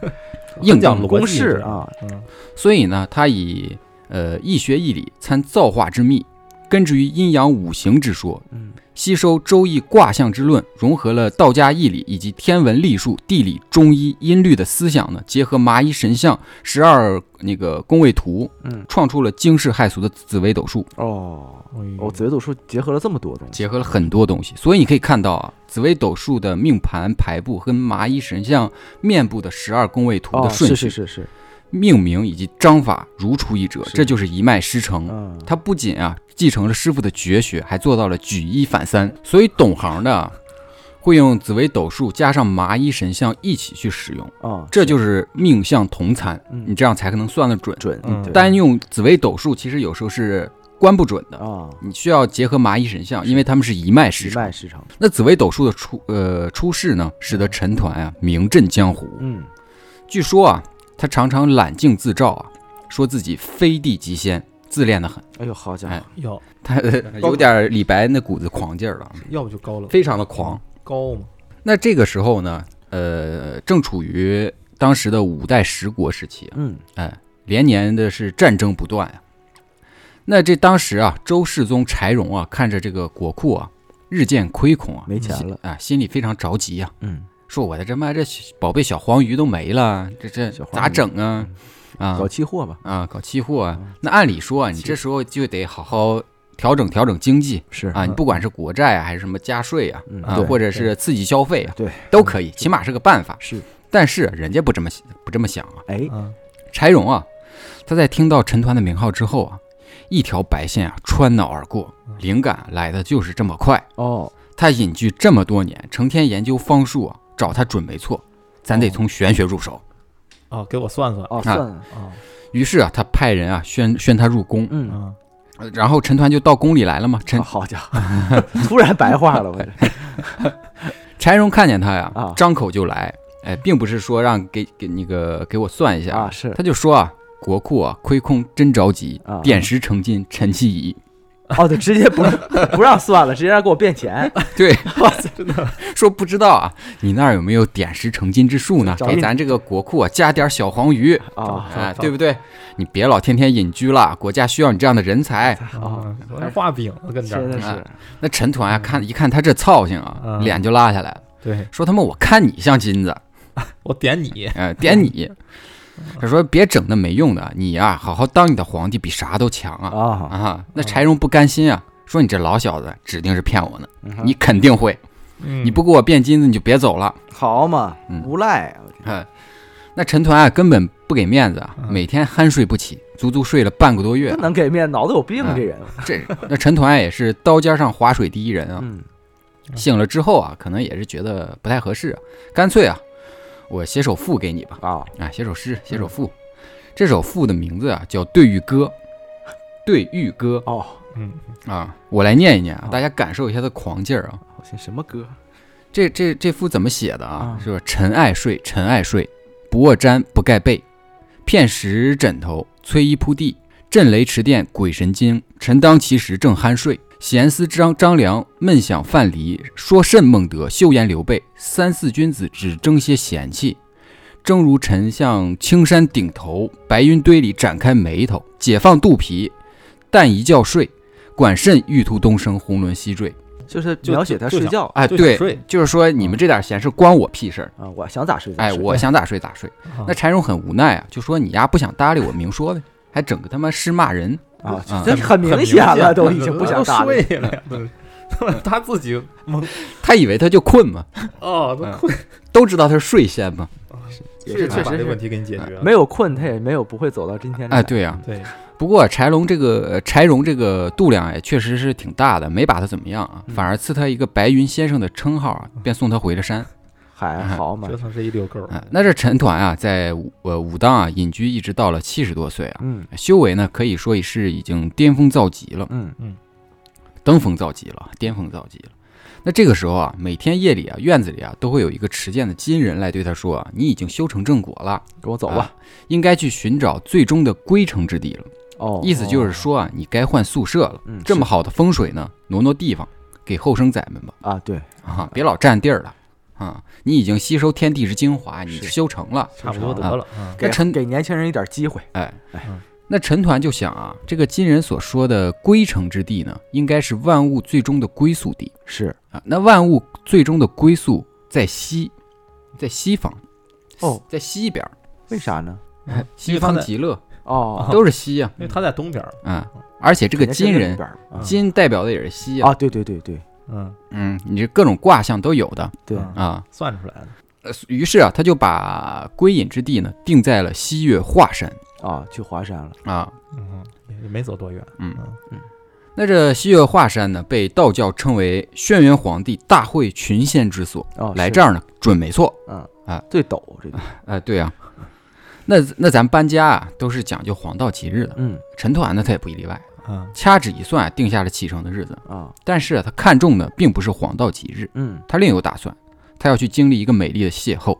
硬讲杠逻辑公式啊，嗯，所以呢，他以呃易学易理参造化之秘，根植于阴阳五行之说，嗯，吸收《周易》卦象之论，融合了道家易理以及天文历数、地理、中医、音律的思想呢，结合麻衣神相、十二那个宫位图，嗯，创出了惊世骇俗的紫微斗数，哦，哎哦，呦紫微斗数结合了这么多东西，结合了很多东西。所以你可以看到啊，紫微斗数的命盘排布跟麻衣神相面部的十二宫位图哦，的顺序、是是是是，命名以及章法如出一辙，是这就是一脉师承。嗯，他不仅啊继承了师傅的绝学，还做到了举一反三。所以懂行的啊会用紫微斗数加上麻衣神相一起去使用，啊，这就是命相同参，嗯你这样才可能算得准。准嗯对单用紫微斗数其实有时候是观不准的，啊，你需要结合麻衣神相，因为他们是一脉师一承。脉师承，那紫微斗数的出呃出世呢，使得陈抟啊名震江湖。嗯，据说啊，他常常揽镜自照啊，说自己非地即仙，自恋的很。哎呦，好家伙哎，要他呃有点李白那股子狂劲儿了，要不就高冷，非常的狂。高嘛，那这个时候呢，呃，正处于当时的五代十国时期啊，嗯，哎，连年的是战争不断啊。那这当时啊，周世宗柴荣啊，看着这个国库啊日渐亏空啊，没钱了，啊，心里非常着急啊，嗯，说我的这妈这宝贝小黄鱼都没了，这这小黄鱼嗯咋整啊？啊，搞嗯期货吧，啊，搞期货啊，那按理说啊，你这时候就得好好调整调整经济是啊，你不管是国债啊，还是什么加税啊，嗯啊，对嗯或者是刺激消费啊，对，都可以，起码是个办法。是，但是人家不这么不这么想啊，哎，啊，柴荣啊，他在听到陈抟的名号之后啊，一条白线啊穿脑而过，嗯灵感来的就是这么快。哦，他隐居这么多年，成天研究方术啊，找他准没错，咱得从玄学入手。啊，给我算算哦，算了，啊，于是啊，他派人啊宣宣他入宫，嗯，哦嗯，呃然后陈抟就到宫里来了嘛。陈好家伙，突然白话了，我这，柴荣看见他呀，啊张口就来，哎，并不是说让给给那个给我算一下啊是他就说啊，国库啊亏空真着急啊，点石成金陈其仪，哦，对，直接不不让算了，直接让给我变钱，对， <laughs> 说不知道啊，你那儿有没有点石成金之术呢？找给你咱这个国库啊加点小黄鱼，啊哎，找对不对？你别老天天隐居了，国家需要你这样的人才。啊，我还画饼呢，跟这哦真的儿，是啊，那陈抟嗯啊，看一看他这操性啊，嗯脸就拉下来了，对说他妈我看你像金子，我 <laughs> 点你，哎，点你。他说：“别整那没用的，你呀、好好当你的皇帝比啥都强啊！啊，啊，那柴荣不甘心啊，说你这老小子指定是骗我呢，啊嗯哼你肯定会，你你不给我变金子你就别走了。好嘛嗯，无赖，我这哎，那陈抟啊根本不给面子啊，嗯每天酣睡不起，足足睡了半个多月不。能给面，脑子有病嗯这人。这那陈抟也是刀尖上划水第一人啊，嗯，醒了之后啊，可能也是觉得不太合适、啊，干脆啊，我写首赋给你吧。啊，啊，写首诗，写首赋。这首赋的名字啊叫《对玉歌》，对玉歌哦，嗯，啊，我来念一念啊好，大家感受一下它狂劲儿啊。好像什么歌这这这赋怎么写的啊啊？是吧？尘爱睡，尘爱睡，不卧毡，不盖被，片石枕头，摧衣铺地，震雷驰电，鬼神惊。臣当其时正酣睡，闲思张张良，闷想范蠡，说甚孟德，休言刘备。三四君子只争些闲气，正如臣向青山顶头，白云堆里展开眉头，解放肚皮，但一觉睡，管甚玉兔东升，红轮西坠。就是就描写他就睡想觉哎，就想对睡，就是说你们这点闲事关我屁事儿。啊，我想咋嗯睡咋哎，睡，我想咋睡咋睡。啊那柴荣很无奈啊，就说你丫不想搭理我，明说呗，还整个他妈诗骂人。啊，啊这很明显了，都已经不想搭理睡了呀，都 <laughs> 他自己懵，他以为他就困嘛，哦，都困，都知道他是睡仙嘛。嗯也睡是才确把实这是个问题给你解决了，没有困，他也没有不会走到今天。哎，，对呀、对，不过柴荣这个呃柴荣这个度量也确实是挺大的，没把他怎么样啊，反而赐他一个白云先生的称号啊，便送他回了山。还好嘛折，腾这一溜够，哎，那这陈抟啊，在武呃武当啊隐居一直到了七十多岁啊，嗯修为呢可以说也是已经巅峰造极了。嗯，登峰造极了，巅峰造极了。那这个时候啊，每天夜里啊，院子里啊，都会有一个持剑的金人来对他说啊：“你已经修成正果了，跟我走走吧，吧，应该去寻找最终的归程之地了。”哦，意思就是说啊，你该换宿舍了。嗯这么好的风水呢，挪挪地方给后生仔们吧，啊，对，啊，别老占地儿了啊！你已经吸收天地之精华，你是修成了。差不多得了啊。给陈给年轻人一点机会，哎哎嗯那陈抟就想啊，这个金人所说的归城之地呢，应该是万物最终的归宿地是啊。那万物最终的归宿在西，在西方，哦，哎在西边儿，为啥呢？嗯西方极乐哦，都是西呀、因为他在东边儿，啊，而且这个肯定是金那人，边儿嘛啊金代表的也是西呀、啊，对对对对嗯，嗯，你这各种卦象都有的对，啊啊。算出来的。呃于是啊，他就把归隐之地呢定在了西岳华山啊，去华山了，啊。嗯，也没走多远。嗯嗯那这西岳华山呢，被道教称为轩辕皇帝大会群仙之所。哦，来是嗯这儿呢，准没错。最陡这个，哎，对啊，那那咱搬家啊，都是讲究黄道吉日的。嗯陈团呢，他也不例外，啊，掐指一算定下了启程的日子。啊，但是啊，他看中的并不是黄道吉日，嗯，他另有打算，他要去经历一个美丽的邂逅，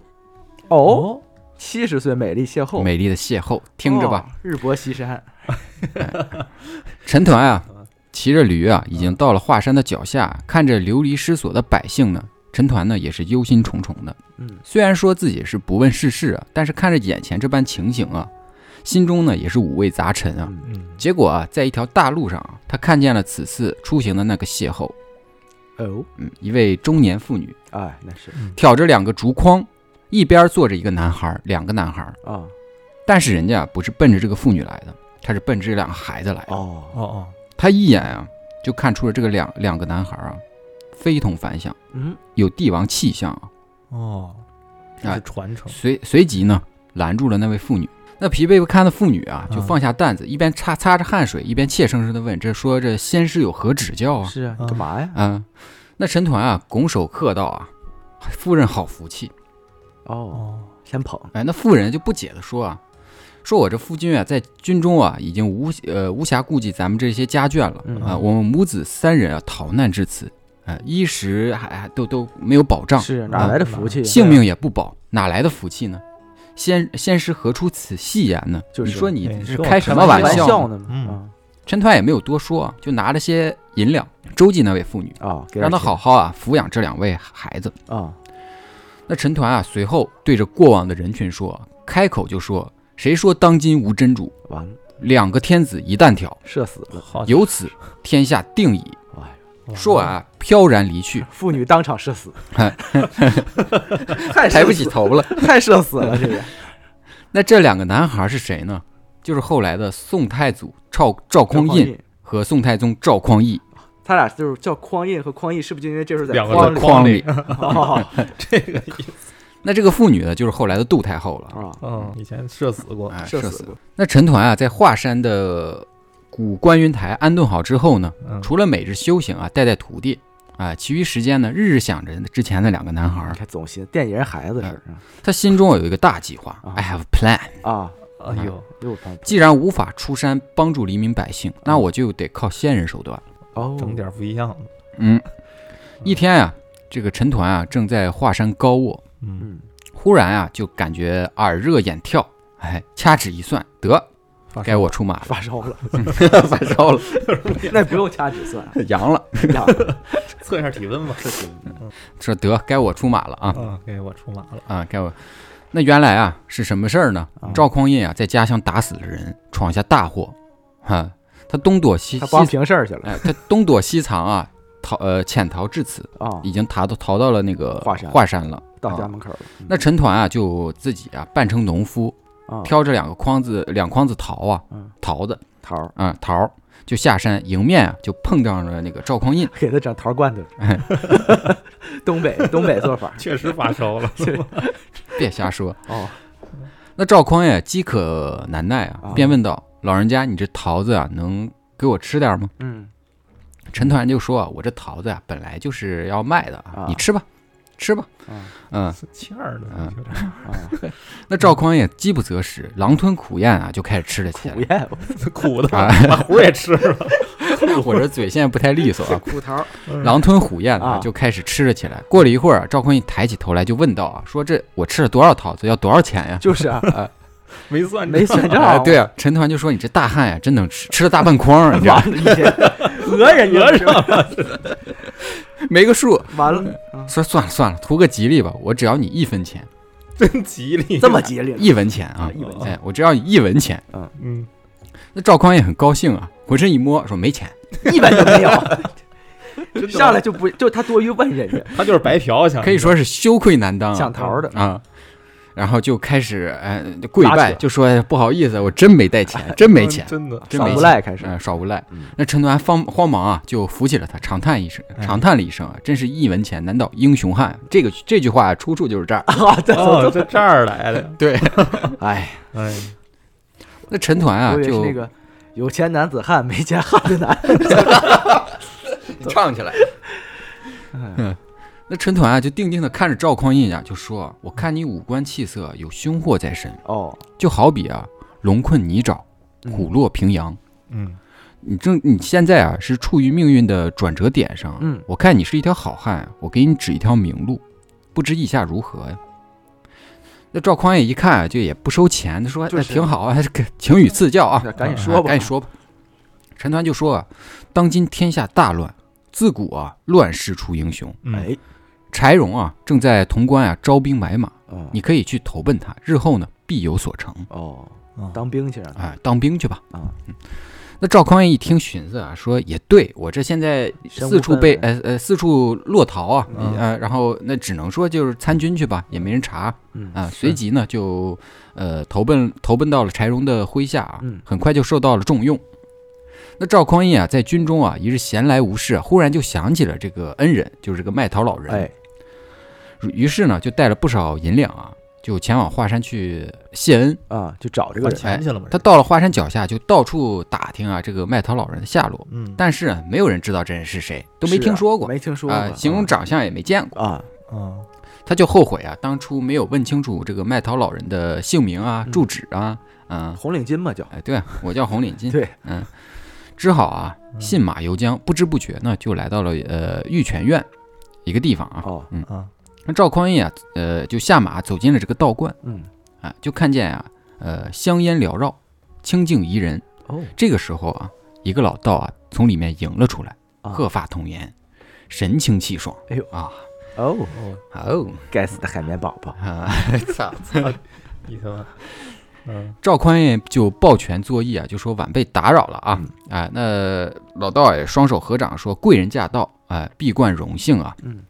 哦，，七十岁美丽邂哦逅，美丽的邂逅，听着吧。哦，日薄西山，陈团啊，骑着驴啊，已经到了华山的脚下，看着流离失所的百姓呢。陈团呢也是忧心忡忡的，嗯，虽然说自己是不问世事啊，但是看着眼前这般情形啊，心中呢也是五味杂陈啊。嗯嗯，结果啊，在一条大路上啊，他看见了此次出行的那个邂逅，哦，嗯，一位中年妇女哎，那是嗯挑着两个竹筐，一边坐着一个男孩儿，两个男孩儿。啊，但是人家不是奔着这个妇女来的，他是奔着这两个孩子来的。哦，哦哦，他一眼啊，就看出了这个两两个男孩儿啊，非同凡响，嗯，有帝王气象啊。哦，这是传承，随随即呢，拦住了那位妇女。那疲惫不堪的妇女啊，就嗯放下担子，一边擦擦着汗水，一边怯生生地问：“这说这先师有何指教啊？”是啊，啊干嘛呀？啊，那陈团啊，拱手客道啊，夫人好福气。哦，哦，先捧，哎，那妇人就不解的说啊，说我这夫君啊，在军中啊，已经无呃无暇顾及咱们这些家眷了、嗯啊，我们母子三人啊，逃难至此，哎、衣食还还都都没有保障，是啊哪来的福气？性命也不保，哪来的福气呢？先先师何出此戏言呢？就是你说哎你是说我开开什么玩玩笑笑呢？呢嘛，嗯啊陈团也没有多说啊，就拿着些银两周济那位妇女，啊，给点让她钱好好啊抚养这两位孩子。啊，那陈团啊，随后对着过往的人群说，开口就说：“谁说当今无真主？完了，两个天子一旦挑，社死了，好，由此天下定矣。哎，”哦说完，啊，飘然离去，妇女当场社 <laughs> 死，太抬不起头了。太社死了， <laughs> 这个，那这两个男孩是谁呢？就是后来的宋太祖赵赵匡胤，和宋太宗赵匡义。他俩就是叫匡胤和匡义，是不是因为这时候在两个筐都里匡里。 <laughs> 哦这个意思，那这个妇女呢，就是后来的杜太后哦了。啊，嗯，以前社死过，哎，社射死死。过，那陈团啊，在华山的古观云台安顿好之后呢，嗯，除了每日修行啊，带带徒弟啊，其余时间呢，日日想着之前那两个男孩你儿，看总心惦记人孩子似他心中有一个大计划啊，I have a plan。的啊，哎呦，又旁既然无法出山帮助黎民百姓，那我就得靠仙人手段。哦，整点不一样的，嗯，一天啊，这个陈团啊正在华山高卧，嗯，嗯，忽然啊就感觉耳热眼跳，哎，掐指一算，得发烧该我出马了，发烧 <laughs> 了，发烧了，那不用掐指 <laughs> 算， <laughs> 阳了，呀，测一下体温吧。这行说得该我出马了啊啊，嗯给我出马了，啊，该我。那原来啊是什么事儿呢？赵匡胤啊在家乡打死了人，闯下大祸，哈、他东躲西他西光平事儿去了哎，他东躲西藏啊，逃呃潜逃至此，啊，已经逃到逃到了那个华山华山了。到家啊门口了，嗯那陈团啊就自己啊扮成农夫，嗯啊挑着两个筐子两筐子桃啊嗯，桃子桃 <laughs> 儿啊桃儿就下山，迎面啊就碰上了那个 <laughs> 赵匡胤。给他整桃罐头， <laughs> 东北东北做 <laughs> 法确实发烧了，别瞎说，哦，那赵匡胤啊饥渴难耐啊啊，便问道：“老人家，你这桃子啊，能给我吃点吗嗯，？”陈团就说啊：“我这桃子啊，本来就是要卖的啊啊，你吃吧，吃吧。啊”嗯，欠儿的，嗯有点啊，那赵匡胤饥不择食，狼吞苦咽啊，就开始吃了起来苦。咽，苦的，啊把核也吃了， <laughs> 嗯我这嘴现在不太利索啊，苦桃 <laughs> 儿狼吞虎咽的啊就开始吃了起来。过了一会儿啊，赵匡胤抬起头来就问道啊：“说这我吃了多少桃子，要多少钱呀就是啊，没算呃没算账哎，，对啊，陈团就说你这大汉呀、真能吃，吃了大半筐啊，你这完了，一天讹人家讹上没个数。完了，说算了算了，图个吉利吧，我只要你一分钱，真吉利。这么吉利，一文钱啊，一文哎，我只要你一文钱。嗯，那赵匡也很高兴啊，浑身一摸说没钱，一文都没有，上来就不就他多余问人家，他就是白嫖，啊想可以说是羞愧难当啊，抢桃的，啊。然后就开始哎跪拉拜，扯就说、哎不好意思，我真没带钱，真 <laughs> 嗯没钱，嗯真的真耍没无钱赖开始，哎，耍无赖嗯。那陈团慌慌忙啊，就扶起了他，长叹一声，哎长叹了一声啊，真是一文钱难倒英雄汉。这个这句话出处就是这儿。啊，这哦， <laughs> 在这儿来的。对，哎，哎，那陈团啊我以为是就那个有钱男子汉，没钱汉子难， <laughs> 唱起来。嗯，那陈团啊就定定的看着赵匡胤呀、啊就说：“我看你五官气色有凶祸在身， <laughs> 哦，就好比啊龙困泥沼，虎落平阳。嗯，你正你现在啊是处于命运的转折点上，嗯我看你是一条好汉，我给你指一条明路，不知意下如何呀？那赵匡胤一看啊，就也不收钱，他说、就是哎挺好啊，还 <laughs> 是给请与赐教啊，赶紧 <laughs> 说吧，赶紧说吧。陈抟就说啊，当今天下大乱，自古啊乱世出英雄，嗯哎，柴荣啊正在潼关啊招兵买马，嗯你可以去投奔他，日后呢必有所成。哦，啊当兵去了，啊，当兵去吧。啊嗯，那赵匡胤一听，寻思啊，说也对我这现在身无四处分被文呃呃四处落逃啊，嗯呃，然后那只能说就是参军去吧，也没人查嗯啊。随即呢就呃投奔投奔到了柴荣的麾下啊嗯，很快就受到了重用。那赵匡胤啊，在军中啊，一日闲来无事啊，忽然就想起了这个恩人，就是这个卖桃老人。哎，于是呢，就带了不少银两啊，就前往华山去谢恩。啊，就找这个把人，钱去了嘛？哎他到了华山脚下，就到处打听啊这个卖桃老人的下落，嗯，但是啊，没有人知道这人是谁，都没是啊听说过没听说啊，过，嗯形容长相也没见过，啊，啊，他就后悔啊，当初没有问清楚这个卖桃老人的姓名啊、嗯住址啊，啊，红领巾嘛叫，哎，对啊，我叫红领巾， <laughs> 对，嗯，只好啊嗯信马由缰，不知不觉呢就来到了呃玉泉院一个地方啊，哦，啊，那赵匡胤啊，呃，就下马走进了这个道观嗯，啊，就看见啊，呃，香烟缭绕，清静宜人。哦，这个时候啊，一个老道啊从里面迎了出来，啊鹤发童颜，神清气爽。哎呦啊，哦，哦，哦该死的海绵宝宝，啊！操！你他妈，嗯赵匡胤就抱拳作揖啊，就说晚辈打扰了啊、嗯啊！那老道也双手合掌说贵人驾到啊，必冠荣幸啊！嗯，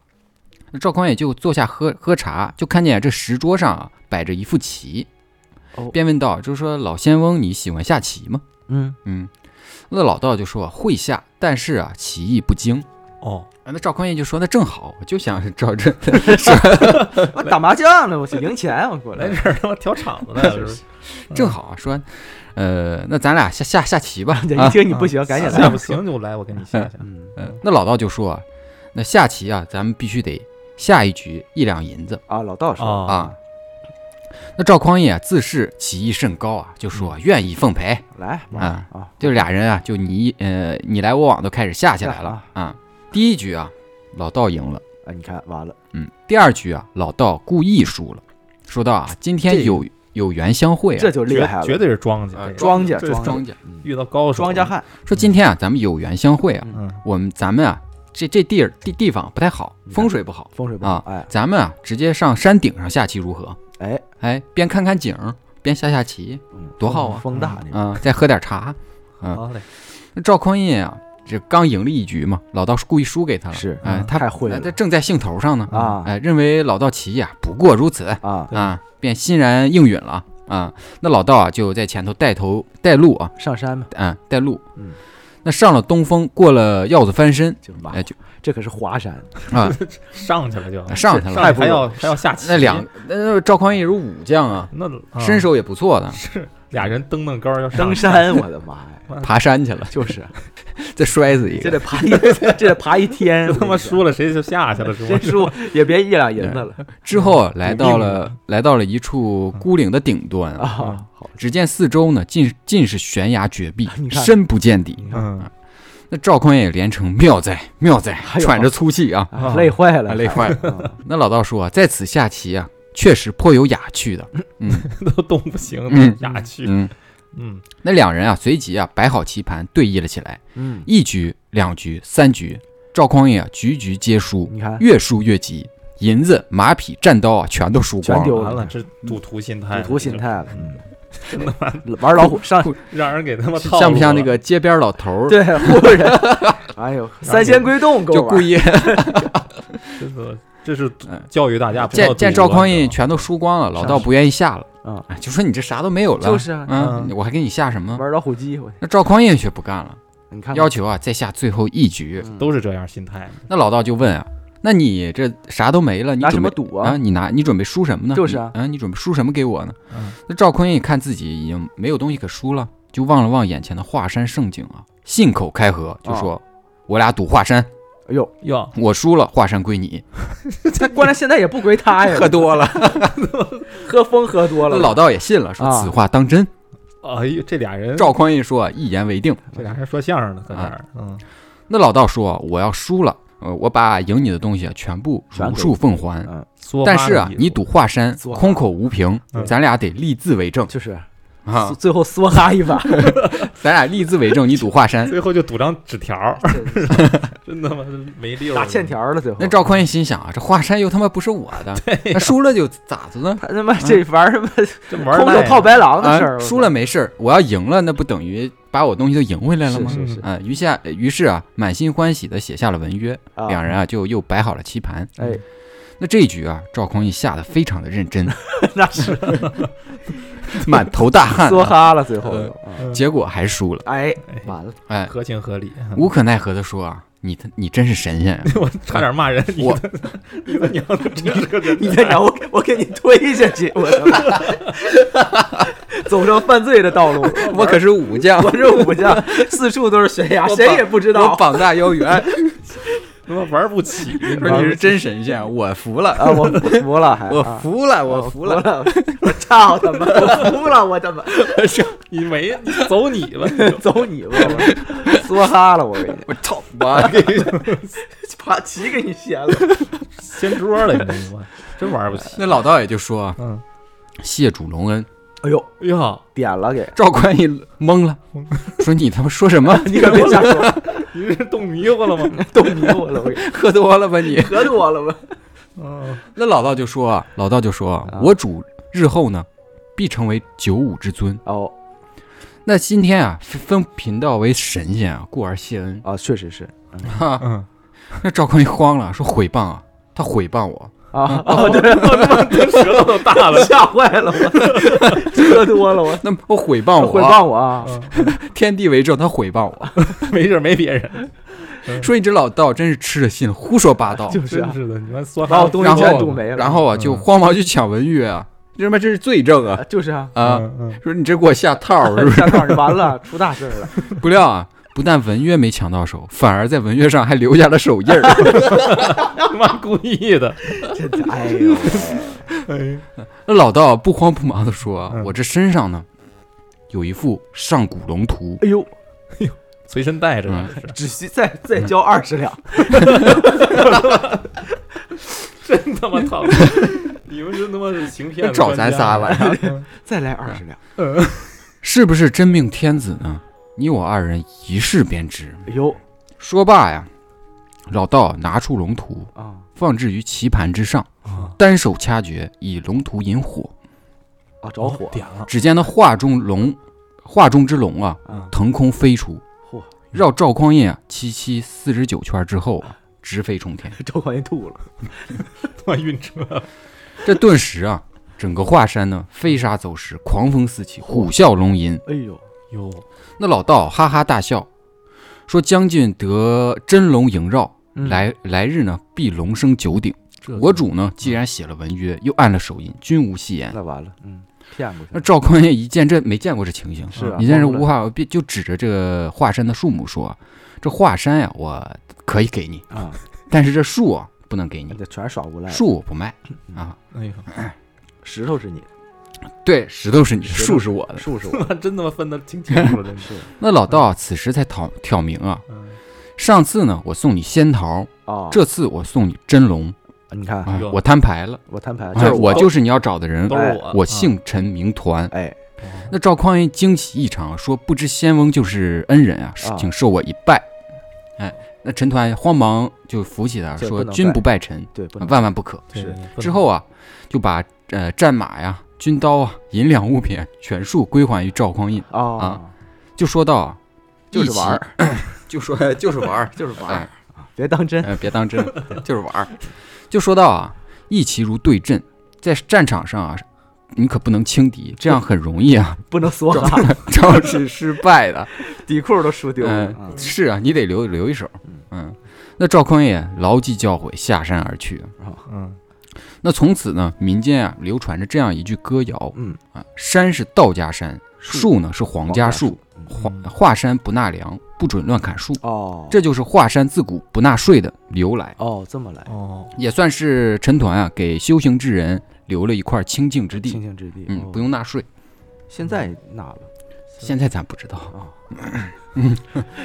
那赵匡胤就坐下喝喝茶，就看见这石桌上啊摆着一副棋，哦便问道，就说老仙翁你喜欢下棋吗？ <laughs> 嗯，嗯，那老道就说会下，但是啊棋艺不精。哦，啊，那赵匡胤就说：“那正好，我就想找这我打麻将呢，我去赢钱，我过来来，这儿他妈调场子 <laughs> 呢，是不是？ <laughs> 正好啊，说，呃，那咱俩下下下棋 <laughs> 吧这一啊。听你不行，赶紧下来，不行就来，我给你下 <laughs> 下。嗯，呃那老道就说啊，那下棋啊，咱们必须得下一局一两银子啊，老道说，啊，啊。那赵匡胤啊，自恃棋艺甚高啊，就说愿意奉陪来啊。啊，就俩人啊，就你一呃你来我往都开始下起来了啊啊。第一局啊，老道赢了，啊，你看完了，嗯。第二局啊，老道故意输了，说到啊，今这天有有缘相会啊，这就厉害绝了，对是庄家啊，庄家这庄庄家。”遇到高手，庄家，汉，说今天啊，咱们有缘相会啊，嗯，我们咱们啊，这这地儿地地方不太好，嗯风水不好，风水不好啊，哎咱们啊直接上山顶上下棋如何？哎，哎，边看看景儿，边下下棋，嗯多好啊！风大那种，啊，再喝点茶。嗯好嘞，那赵匡胤啊，这刚赢了一局嘛，老道是故意输给他了，是哎，他太会哎了他正在兴头上呢，啊哎，认为老道棋呀、不过如此啊，啊，便欣然应允了啊。那老道啊就在前头带头带路啊，上山嘛，啊带路。嗯那上了东风，过了鹞子翻身，就马哎，就这可是华山， <laughs> <laughs> 啊，上去了就上去了还还要还要下棋，那两那赵匡胤也是武将啊，那啊身手也不错的， <laughs> 是俩人蹬蹬高要上登山，我的妈 <laughs> 呀！爬山去了，就是，再摔死一这个。得爬一， <laughs> 这得爬 <laughs> 一天。他妈输了谁就下去了是真吗？输也别一两银子了之后来到有了来到了一处孤岭的顶端啊，啊！好，只见四周呢尽尽是悬崖绝壁，你看深不见底。你看嗯，那赵匡胤也连称妙哉妙哉，呦喘着粗气啊，啊累坏了，啊累坏了。 <laughs> 啊！那老道说啊，在此下棋啊，确实颇有雅趣的。嗯都动不行嗯，雅趣，嗯，嗯，那两人啊，随即啊摆好棋盘，对弈了起来。嗯，一局、两局、三局，赵匡胤啊局局皆输，你看越输越急，银子、马匹、战刀啊全都输光全丢了。完了，这赌徒心态，赌徒心态了，嗯，玩老虎上 <laughs> 让人给他们啊套像不像那路了？个街边老头儿？对湖人， <laughs> 哎呦，三仙归洞够就故玩。意这是这是嗯教育大家不要见赌见了赵匡胤全都输光了，老道不愿意下了，啊，哎就说你这啥都没有了，就是啊嗯，嗯我还给你下什么？玩老虎机，我那赵匡胤却不干了，你看要求啊再下最后一局。嗯都是这样心态，那老道就问啊，那你这啥都没了，你拿什准备么赌啊？啊？你拿你准备输什么呢？就是啊你啊，你准备输什么给我呢？嗯那赵匡胤看自己已经没有东西可输了，就望了望眼前的华山胜景啊，信口开河哦就说：“我俩赌华山，哎呦，哟，我输了华山归你。他关键现在也不归他呀，喝多了， <laughs> 喝疯喝”多了，老道也信了，说：“啊此话当真。 <laughs> 哎呦，这俩人，赵啊匡胤说：“一言为定。这俩人说相声呢，在那儿，嗯，”那老道说：“我要输了，呃，我把赢你的东西啊全部全如给嗯数奉还。梭但哈是啊的意，思你赌华山，梭哈空口无凭，嗯咱俩得立字为证就是啊！最后梭哈一把，咱俩立字为证，你赌华山。”最后就赌张纸条儿，真他妈没溜 <laughs> 儿，打欠条了，最后那赵匡胤心想啊，这华山又他妈不是我 <laughs> 的，那输了就咋的呢？他他妈嗯这玩什么这玩空手套白狼的事儿，啊，输了没事儿，我要赢了，那不等于把我东西都赢回来了吗？是是是啊，于下于是啊，满心欢喜的写下了文约，啊，两人啊就又摆好了棋盘。哎， <laughs> 那这一局啊，赵匡胤下的非常的认 <laughs> 真，那是满头大汗梭啊、哈了，最后就啊结果还输了。哎哎，完了，哎，合情合理。嗯无可奈何的说啊，你他你真是神 <laughs> 仙啊！ <laughs> 我差点骂人，你我的 <laughs> 你的娘的，真是个人你再讲，我给我给你推下去，我他妈 <laughs> 走上犯罪的道路，我可是武将，我是武将，四处都是悬崖，我谁也不知我道膀大腰 <laughs> 圆，他妈玩不起。你说你是真神仙，我服了，啊！我服了，还我啊服了，我我服了。了，我操他妈，我服了，我他妈你没你走你了，走你吧，我梭哈了，我给你我操！我给 <laughs> <laughs> 把棋给你掀了，掀桌了，你 <laughs> 我真玩不起。那老道也就说啊，嗯，谢主隆恩。哎呦，哎呀，点了 <laughs> 给，赵匡胤懵了，说你他妈说什 <laughs> 么？你可别瞎说，你是冻迷糊了吗？都迷糊了，我 <laughs> 给你喝多了吧你？喝多了吧？嗯，那老道就说啊，老道就说啊啊我主日后呢，必成为九五之尊。哦那今天啊，分分贫道为神仙啊，故而谢恩。啊，确实 <laughs> 是哈、嗯那赵匡胤慌了，说毁谤啊，他毁谤我。啊，哦对，舌头都大了。吓坏 <laughs> 了我，喝多了我。那么我毁谤我，毁谤我啊！嗯嗯天地为证，他毁谤我，没事，没别人，说你这老道真是吃了信了，胡说八 <laughs> 道。就是真啊，是的，你们梭把哈我东哦然西后全堵没了。嗯然后啊，就慌忙去抢文约啊，这他妈这是罪证啊啊就是 <laughs> 啊，哎啊！嗯嗯说你这给我下套儿 <laughs> 是不是？下场完了，出大事儿 <laughs> 了。不料啊，不但文约没抢到手，反而在文约上还留下了手印儿。他妈故意的。真的， <laughs> 哎呦，哎，那老道不慌不忙地说啊：“嗯我这身上呢，有一副上古龙图，哎呦，随身带着呢，嗯这是只需再再交二十两，真他妈操！你们真他妈是行骗那的找咱仨专家吧， <laughs> 再来二十两。是不是真命天子呢？你我二人一试便知。哎呦”说罢呀，老道拿出龙图，啊放置于棋盘之上，啊单手掐诀，以龙图引火。啊，着火点了，只见那画中龙，画中之龙啊， <laughs> 啊！腾空飞出嚯，绕赵匡胤啊七七四十九圈之后啊，直飞冲天。赵匡胤吐了，他妈晕车了。这顿时啊， <laughs> 整个华山呢飞沙走石，狂风四起，虎啸龙吟。哎呦，哟，那老道哈哈大笑，说：“将近得真龙萦绕，嗯来来日呢必龙升九鼎。这我主呢既然写了文约，又按了手印，均无戏言。那完了，嗯，骗过去那了。赵匡胤一见这没见过这情形，是啊你见是慌了无法避，就指着这个华山的树木说：“这华山呀、我可以给你，啊，但是这树啊不能给你，这全是耍无赖，树我不卖啊。哎呦，石头是你的，对，石头是你的，石头树是我的。树是我他的，妈真他妈分得清清 <laughs> 楚了，真是是。那老道啊此时才挑挑明啊，嗯上次呢，我送你仙桃，啊，这次我送你真龙，你看，啊有我摊牌了，我摊牌，啊就哎是我就是你要找的人啊都，是哎我，哦我姓陈名团。哎，嗯那赵匡胤惊奇异常，说：“不知仙翁就是恩人啊，啊请受我一拜。”哎，那陈团慌忙就扶起他这说不：“能君拜不拜臣，对，不能万万不可。”哦对是不能之后啊，就把呃战马呀、军刀啊、银两物品全数归还于赵匡胤。啊啊，就说到啊，就是玩儿 <laughs> 儿，就说就是玩儿，就是玩哎儿，别当真。哎，别当真，就是玩儿。就说到啊，义骑如对阵，在战场上啊，你可不能轻敌，这样很容易啊 <laughs> 不能梭哈，招致失败的。底裤都输丢了嗯、啊是啊，你得留留一手。嗯，那赵匡胤牢记教诲，下山而去。嗯，那从此呢，民间啊流传着这样一句歌谣，嗯啊，山是道家山，树呢是皇家树，华黄华山不纳粮，不准乱砍树。哦，这就是华山自古不纳税的由来，哦这么来，哦，也算是陈团啊给修行之人留了一块清净之清地，净之地，嗯，哦不用纳税。现在纳了现在咱不知道，啊，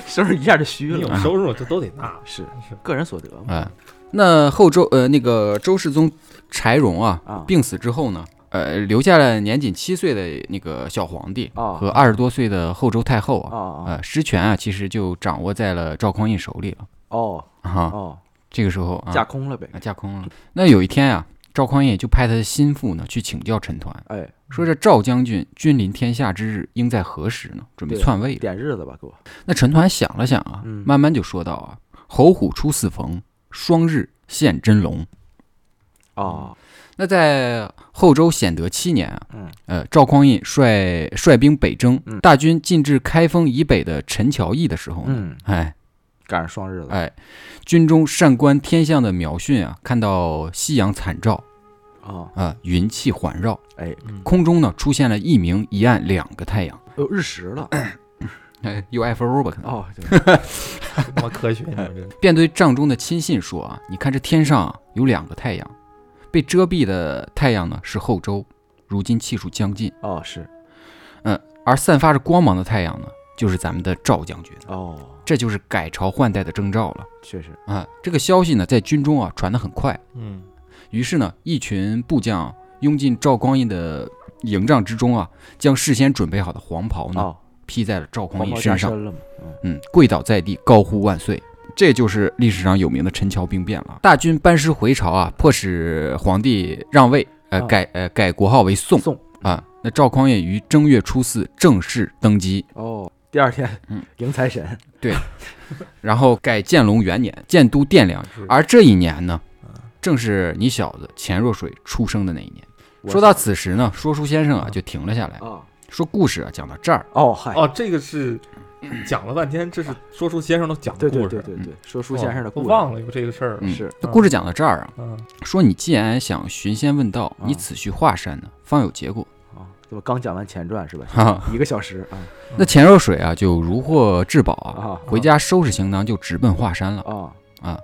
声儿一下就虚你有了，收入就都得纳，啊是是个人所得嘛啊。那后周呃那个周世宗柴荣啊啊病死之后呢，呃留下了年仅七岁的那个小皇帝啊和二十多岁的后周太后啊啊，啊呃实权啊其实就掌握在了赵匡胤手里了哦啊。哦，这个时候啊，架空了呗，啊，架空了。那有一天啊，赵匡胤就派他的心腹呢去请教陈团，哎，说这赵将军君临天下之日应在何时呢？准备对篡位了。点日子吧，给我那陈团想了想啊，嗯慢慢就说道啊：“侯虎出四逢，双日现真龙。哦，”那在后周显德七年啊，嗯呃，赵匡胤率率兵北征，嗯大军进至开封以北的陈桥驿的时候呢，嗯，哎赶上双日子，哎，军中善观天象的苗逊啊，看到夕阳惨照啊啊、云气环绕，哎，嗯空中呢出现了一明一暗两个太阳，有日食了，嗯哎，UFO 吧可能。哦，对他妈科学，你们这便对帐中的亲信说啊，你看这天上啊有两个太阳，被遮蔽的太阳呢是后周，如今气数将近，哦是嗯，而散发着光芒的太阳呢，就是咱们的赵将军，哦，这就是改朝换代的征兆了确实，啊。这个消息呢在军中啊传得很快，嗯于是呢一群部将啊拥进赵匡胤的营帐之中啊，将事先准备好的黄袍呢哦，披在了赵匡黄胤袍身加上。身了嘛，嗯，嗯，跪倒在地，高呼万岁。这就是历史上有名的陈桥兵变了。大军班师回朝啊，迫使皇帝让位，呃，啊改呃改国号为宋宋啊。那赵匡胤于正月初四正式登基，哦，第二天嗯 <laughs> 迎财神，然后改建隆元年，建都汴梁是。而这一年呢，正是你小子钱若水出生的那一年。我说到此时呢，说书先生啊啊就停了下来，啊说故事啊讲到这儿，哦嗨。哦，这个是讲了半天，这是说书先生都讲对的对故对事，哦对对，说书先生的故我事，忘了有这个事儿，嗯是这故事讲到这儿啊，嗯，说你既然想寻仙问道，啊你此去华山呢，方有结果。啊，这不刚讲完前传是吧？哈、哈。一个小时啊那钱若水啊，就如获至宝啊，啊回家收拾行囊就直奔华山了啊，啊。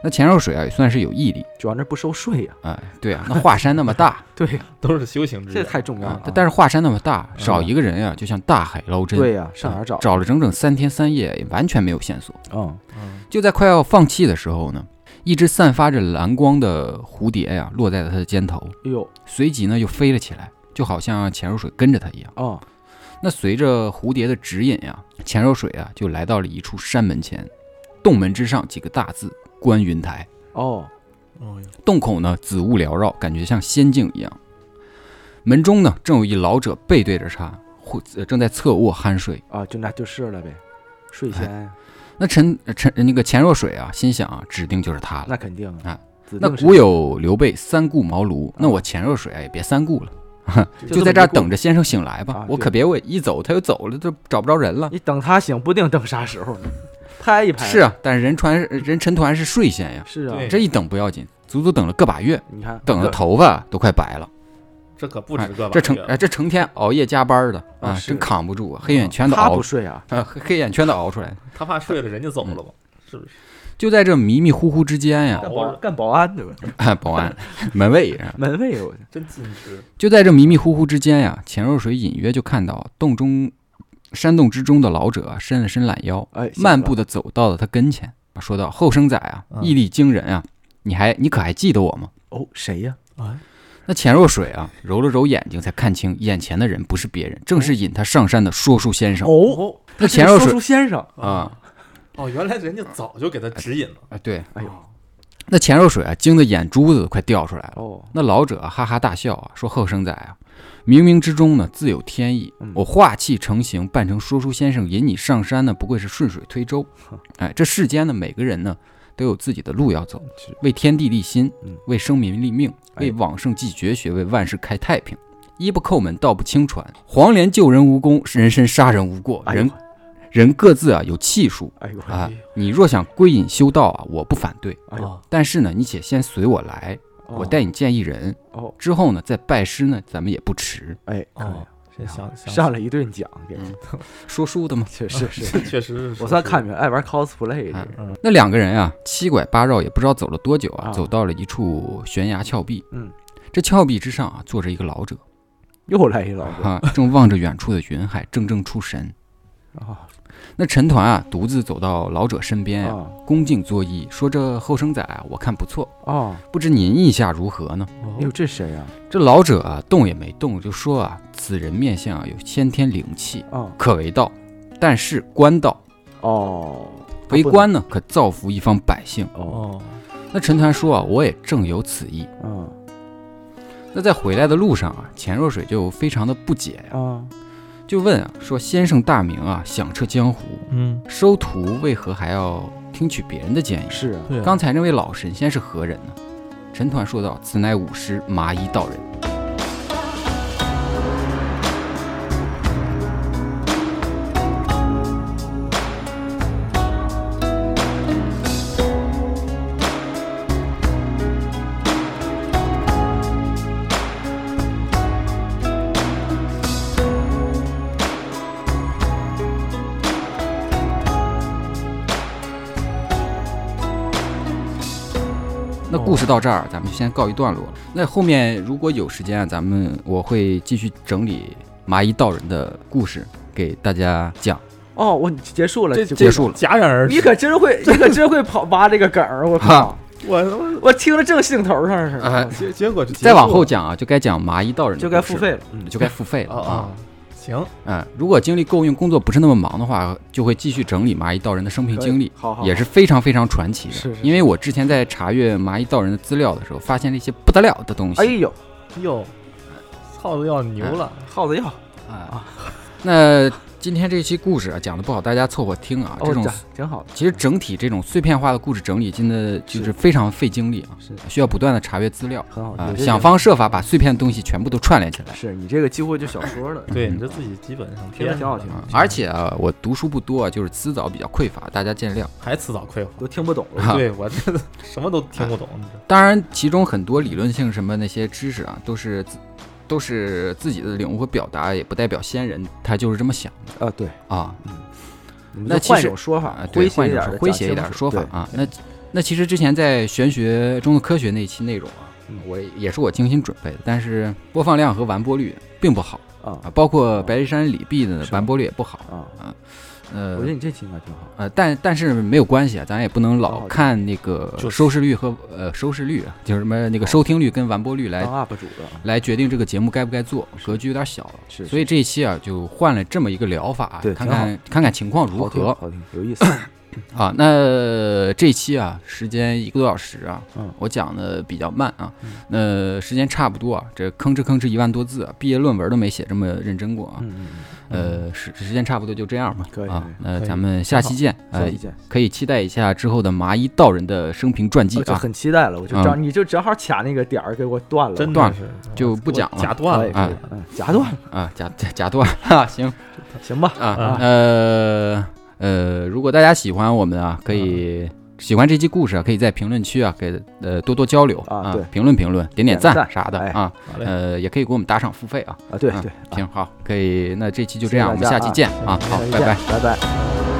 那钱若水啊，也算是有毅力主要那不收税呀，啊、对啊，那华山那么 <laughs> 大对呀，都是修行之这人，太重要啊了，但但是华山那么大，少一个人啊，就像大海捞针。嗯啊对呀，上哪儿找？嗯找了整整三天三夜，也完全没有线索。嗯嗯就在快要放弃的时候呢，一只散发着蓝光的蝴蝶呀、落在了他的肩头，哎呦，随即呢又飞了起来，就好像钱若水跟着他一样。哦，那随着蝴蝶的指引呀、钱若水啊就来到了一处山门前，洞门之上几个大字“观云台哦，哦，”，洞口呢紫雾缭绕，感觉像仙境一样。门中呢正有一老者背对着他，或呃正在侧卧酣睡。啊，就那就是了呗，税哎前那陈呃陈呃那个钱若水啊，心想啊，指定就是他了。那肯定啊，指那定是古有刘备三顾茅庐，那我钱若水啊也别三顾了，就在这儿等着。着先生醒来吧。啊我对可别我一走他就走了，都找不着人了。你等他醒，不定等啥时候呢，拍一拍是啊，但是人传人陈团是睡仙呀，是啊，对这一等不要紧，足足等了个把月，你看等的头发都快白了。这可不止个把这成月哎，这成天熬夜加班的啊，是真扛不住啊，黑眼圈都他熬不，睡啊，啊黑黑眼圈都熬出来了。他怕睡了人家走嗯了吧？是不是？就在这迷迷糊糊之间呀熬干，保干保安对吧？啊保安、门卫啊，门卫我真矜持，就在这迷迷糊糊之间呀，钱若水隐约就看到洞中山洞之中的老者啊伸了伸懒腰，哎， <laughs> 漫步的的走到了他跟前，说道：“后生仔啊，嗯毅力惊人啊！你还你可还记得我吗？哦，谁呀？啊，那钱若水啊，揉了揉眼睛，才看清眼前的人不是别人，正是引他上山的说书先生。哦，那钱钱若说水书先生，啊哦，原来人家早就给他指引了。啊，对，哎呦，那钱若水啊，惊得眼珠子都快掉出来了。哦，那老者啊哈哈大笑啊，说：“后生仔啊，冥冥之中呢自有天意嗯，我化气成形，扮成说书先生引你上山呢，不愧是顺水推舟。哎，这世间呢，每个人呢都有自己的路要走，为天地立心嗯，为生民立命，哎为往圣继绝学，为万世开太平。一不叩门，道不轻传，黄连救人无功，人参杀人无过。哎呦人人各自啊有气数哎呦，啊，你若想归隐修道啊，我不反对。”哎呦，啊，但是呢，你且先随我来，我带你见一人，哦，之后呢再拜师呢，咱们也不迟。哎，可以哦，先想想上来一顿讲，给嗯说书的嘛。确实是，这确实是，我算看明白，爱玩 cosplay 啊这个，那两个人啊，七拐八绕，也不知道走了多久啊，啊走到了一处悬崖峭壁。嗯，这峭壁之上啊，坐着一个老者，又来一老哥哈、正望着远处的云海，怔怔出神。啊那陈团啊，独自走到老者身边啊，啊恭敬作揖，说：“这后生仔啊，我看不错，啊！不知您意下如何呢？”哦哎呦，这谁呀？这老者啊，动也没动，就说啊：“此人面相啊，有先天灵气，啊可为道，但是官道。哦，他为不官呢，可造福一方百姓。哦，哦，那陈团说啊，我也正有此意。嗯那在回来的路上啊，钱若水就非常的不解呀、啊就问啊，说先生大名啊，响彻江湖，嗯，收徒为何还要听取别人的建议？是啊，对啊，刚才那位老神仙是何人呢？陈团说道：“此乃武师麻衣道人。”那哦故事到这儿，咱们就先告一段落了。那后面如果有时间啊，咱们我会继续整理麻衣道人的故事给大家讲。哦，我你结束了，这就结束了戛然而止。你可真会，你可真会跑挖这个梗儿，我靠！我他妈我听着正兴头上似哎的，结结果就再往后讲啊，就该讲麻衣道人的就故事该了付费，了。嗯，就该付费了啊啊啊。，行，嗯，如果精力够用，工作不是那么忙的话，就会继续整理麻衣道人的生平经历。好好，也是非常非常传奇的，是是因为我之前在查阅麻衣道人的资料的时候，发现了一些不得了的东西。哎呦，哟，耗子要牛了，哎耗子药，啊，那今天这期故事啊，讲的不好，大家凑合听啊。这哦，种这挺好的。其实整体这种碎片化的故事整理，真的就是非常费精力啊，是需要不断的查阅资料很好，啊哦有，些想人方设法把碎片的东西全部都串联起来。是你这个几乎就小说了，对你这自己基本上听着挺好听，啊，嗯而且啊，我读书不多啊，就是资料比较匮乏，大家见谅。还辞藻 <laughs> 匮都听不懂了。啊乏，对我这 <laughs> 什么都听不懂，你知道当然，其中很多理论性什么那些知识啊，都是自都是自己的领悟和表达，也不代表先人他就是这么想啊，对，的啊。你们那就其换一实种说法啊，，诙对，谐换一一点种儿的，诙谐一点讲儿清楚说法对啊。那那其实之前在玄学中的科学那一期内容啊嗯，我也是我精心准备的，但是播放量和完播率并不好啊，啊包括白山李泌的完播率也不好。啊，我呃觉得你这情感挺好。呃，但但是没有关系啊，咱也不能好老的看那个就是收视率和呃收视率啊，就是什么哦那个收听率跟完播率来当 UP 主的啊，来决定这个节目该不该做，格局有点小了。是所以这一期啊，就换了这么一个疗法啊，对看挺好看看看情况如好听何。好听，有意思。啊，那这期啊，时间一个多小时啊，嗯我讲的比较慢啊，那时间差不多啊，这吭哧吭哧一万多字啊，毕业论文都没写这么认真过啊，嗯嗯，嗯呃，时时间差不多就这样吧，可以啊可以，那可以咱们下期见，下呃期，见，可以期待一下之后的麻衣道人的生平传记我就啊，很期待了。我就正你就正好卡那个点儿给我断了，真断的了是就不讲了夹断了哎啊可以，可以嗯，夹断了，啊，假假假断哈， <laughs> 行行吧。啊啊，呃呃，如果大家喜欢我们啊，可嗯以。喜欢这期故事啊，可以在评论区啊给呃多多交流啊对评论评论，点点点赞赞啥的哎啊，好嘞呃，也可以给我们打赏付费啊。啊，对嗯对，啊行，好，可以，那这期就这谢谢样，我大们家下期啊见啊，好，下期拜见拜。拜拜。